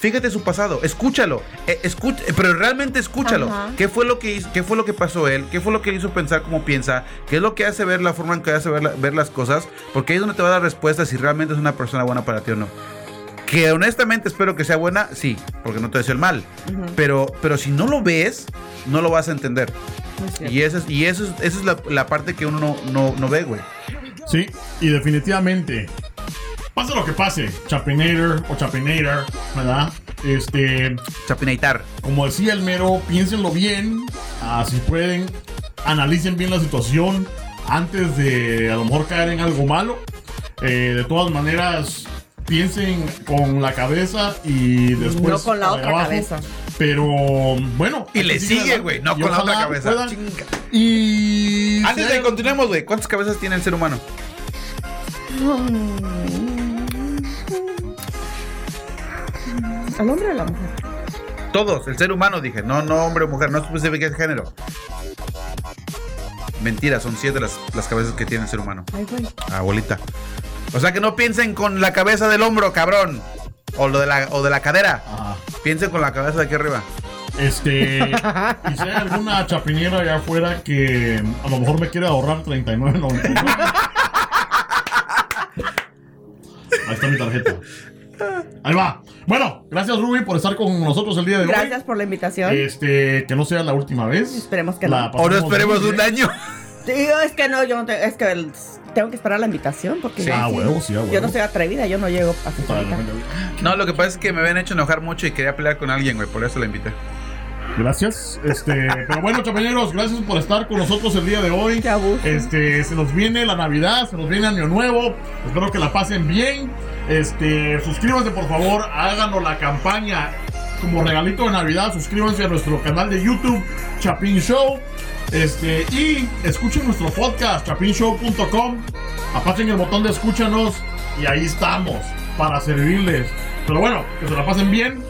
Speaker 2: fíjate su pasado, escúchalo, eh, escu- eh, pero realmente escúchalo.
Speaker 3: Ajá.
Speaker 2: ¿Qué fue, lo que hizo, ¿Qué fue lo que pasó él? ¿Qué fue lo que le hizo pensar como piensa? ¿Qué es lo que hace ver la forma en que hace ver, la- ver las cosas? Porque ahí es donde te va a dar respuesta si realmente es una persona buena para ti o no. Que honestamente espero que sea buena, sí, porque no te deseo el mal. pero, pero si no lo ves, no lo vas a entender. Y esa es, y eso es, esa es la, la parte que uno no, no, no ve, güey.
Speaker 1: Sí, y definitivamente, pase lo que pase, Chapinator o Chapinator, ¿verdad? Este,
Speaker 2: Chapinaitar.
Speaker 1: como decía el mero, piénsenlo bien, ah, si pueden, analicen bien la situación antes de a lo mejor caer en algo malo. Eh, de todas maneras, piensen con la cabeza y después...
Speaker 3: No con la
Speaker 1: para
Speaker 3: otra cabeza.
Speaker 1: Pero bueno.
Speaker 2: Y
Speaker 1: hay
Speaker 2: le
Speaker 1: que seguir
Speaker 2: sigue,
Speaker 1: adelante.
Speaker 2: güey, no
Speaker 1: Y
Speaker 2: con la
Speaker 1: ojalá
Speaker 2: otra cabeza.
Speaker 1: puedan.
Speaker 2: Chinga.
Speaker 1: Y.
Speaker 2: Antes de
Speaker 1: ser-
Speaker 2: que continuemos, güey, ¿cuántas cabezas tiene el ser humano?
Speaker 3: ¿Al hombre o a la mujer?
Speaker 2: Todos, el ser humano, dije. No, no, hombre o mujer, no especifica el género. Mentira, son siete las, las cabezas que tiene el ser humano.
Speaker 3: Ay, güey.
Speaker 2: Abuelita. O sea que no piensen con la cabeza del hombro, cabrón. O, lo de la, o de la cadera.
Speaker 1: Ajá.
Speaker 2: Piensen con la cabeza de aquí arriba.
Speaker 1: Este. y si hay alguna chapinera allá afuera que a lo mejor me quiere ahorrar 39.99. Ahí está mi tarjeta. Ahí va. Bueno, gracias Ruby por estar con nosotros el día de
Speaker 3: Gracias
Speaker 1: hoy.
Speaker 3: por la invitación.
Speaker 1: Este, que no sea la última vez.
Speaker 3: Esperemos que no.
Speaker 2: O no
Speaker 1: pasamos
Speaker 2: esperemos
Speaker 1: bien,
Speaker 2: un
Speaker 1: ¿eh?
Speaker 2: año.
Speaker 3: Digo, es que no, yo no te- es que el- tengo que esperar la invitación porque
Speaker 2: Sí.
Speaker 3: yo-
Speaker 1: Ah, huevo, sí, ah, huevo.
Speaker 3: yo no soy atrevida, yo no llego a su
Speaker 1: Para la
Speaker 3: ahorita.
Speaker 1: gente.
Speaker 2: No, lo que pasa es que me habían hecho enojar mucho y quería pelear con alguien, güey. Por eso la invité.
Speaker 1: Gracias. Este, pero bueno, compañeros, gracias por estar con nosotros el día de hoy.
Speaker 3: Qué abuso.
Speaker 1: Este, se nos viene la Navidad, se nos viene Año Nuevo. Espero que la pasen bien. Este, suscríbanse por favor, háganos la campaña como regalito de Navidad. Suscríbanse a nuestro canal de YouTube Chapin Show. Este, y escuchen nuestro podcast chapinshow.com. Apachen el botón de escúchanos y ahí estamos para servirles. Pero bueno, que se la pasen bien.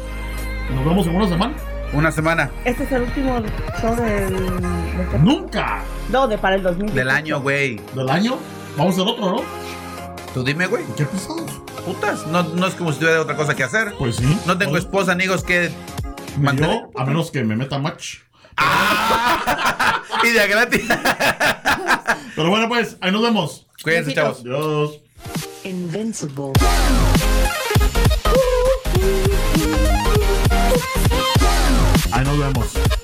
Speaker 1: y Nos vemos en una semana.
Speaker 2: Una semana
Speaker 3: Este es el último show del. de este-
Speaker 1: Nunca
Speaker 3: No, de para el 2000.
Speaker 2: del año, güey.
Speaker 1: del año. Vamos al otro, ¿no?
Speaker 2: Tú dime, güey.
Speaker 1: ¿Qué pasó?
Speaker 2: Putas. No, no es como si tuviera otra cosa que hacer.
Speaker 1: Pues sí.
Speaker 2: No tengo esposa, amigos
Speaker 1: Me
Speaker 2: que
Speaker 1: dio,
Speaker 2: mantener.
Speaker 1: a menos que me meta match.
Speaker 2: Y de gratis.
Speaker 1: Pero bueno, pues, ahí nos vemos.
Speaker 2: Cuídense, chavos.
Speaker 1: Adiós.
Speaker 4: Invincible.
Speaker 1: Ahí nos vemos.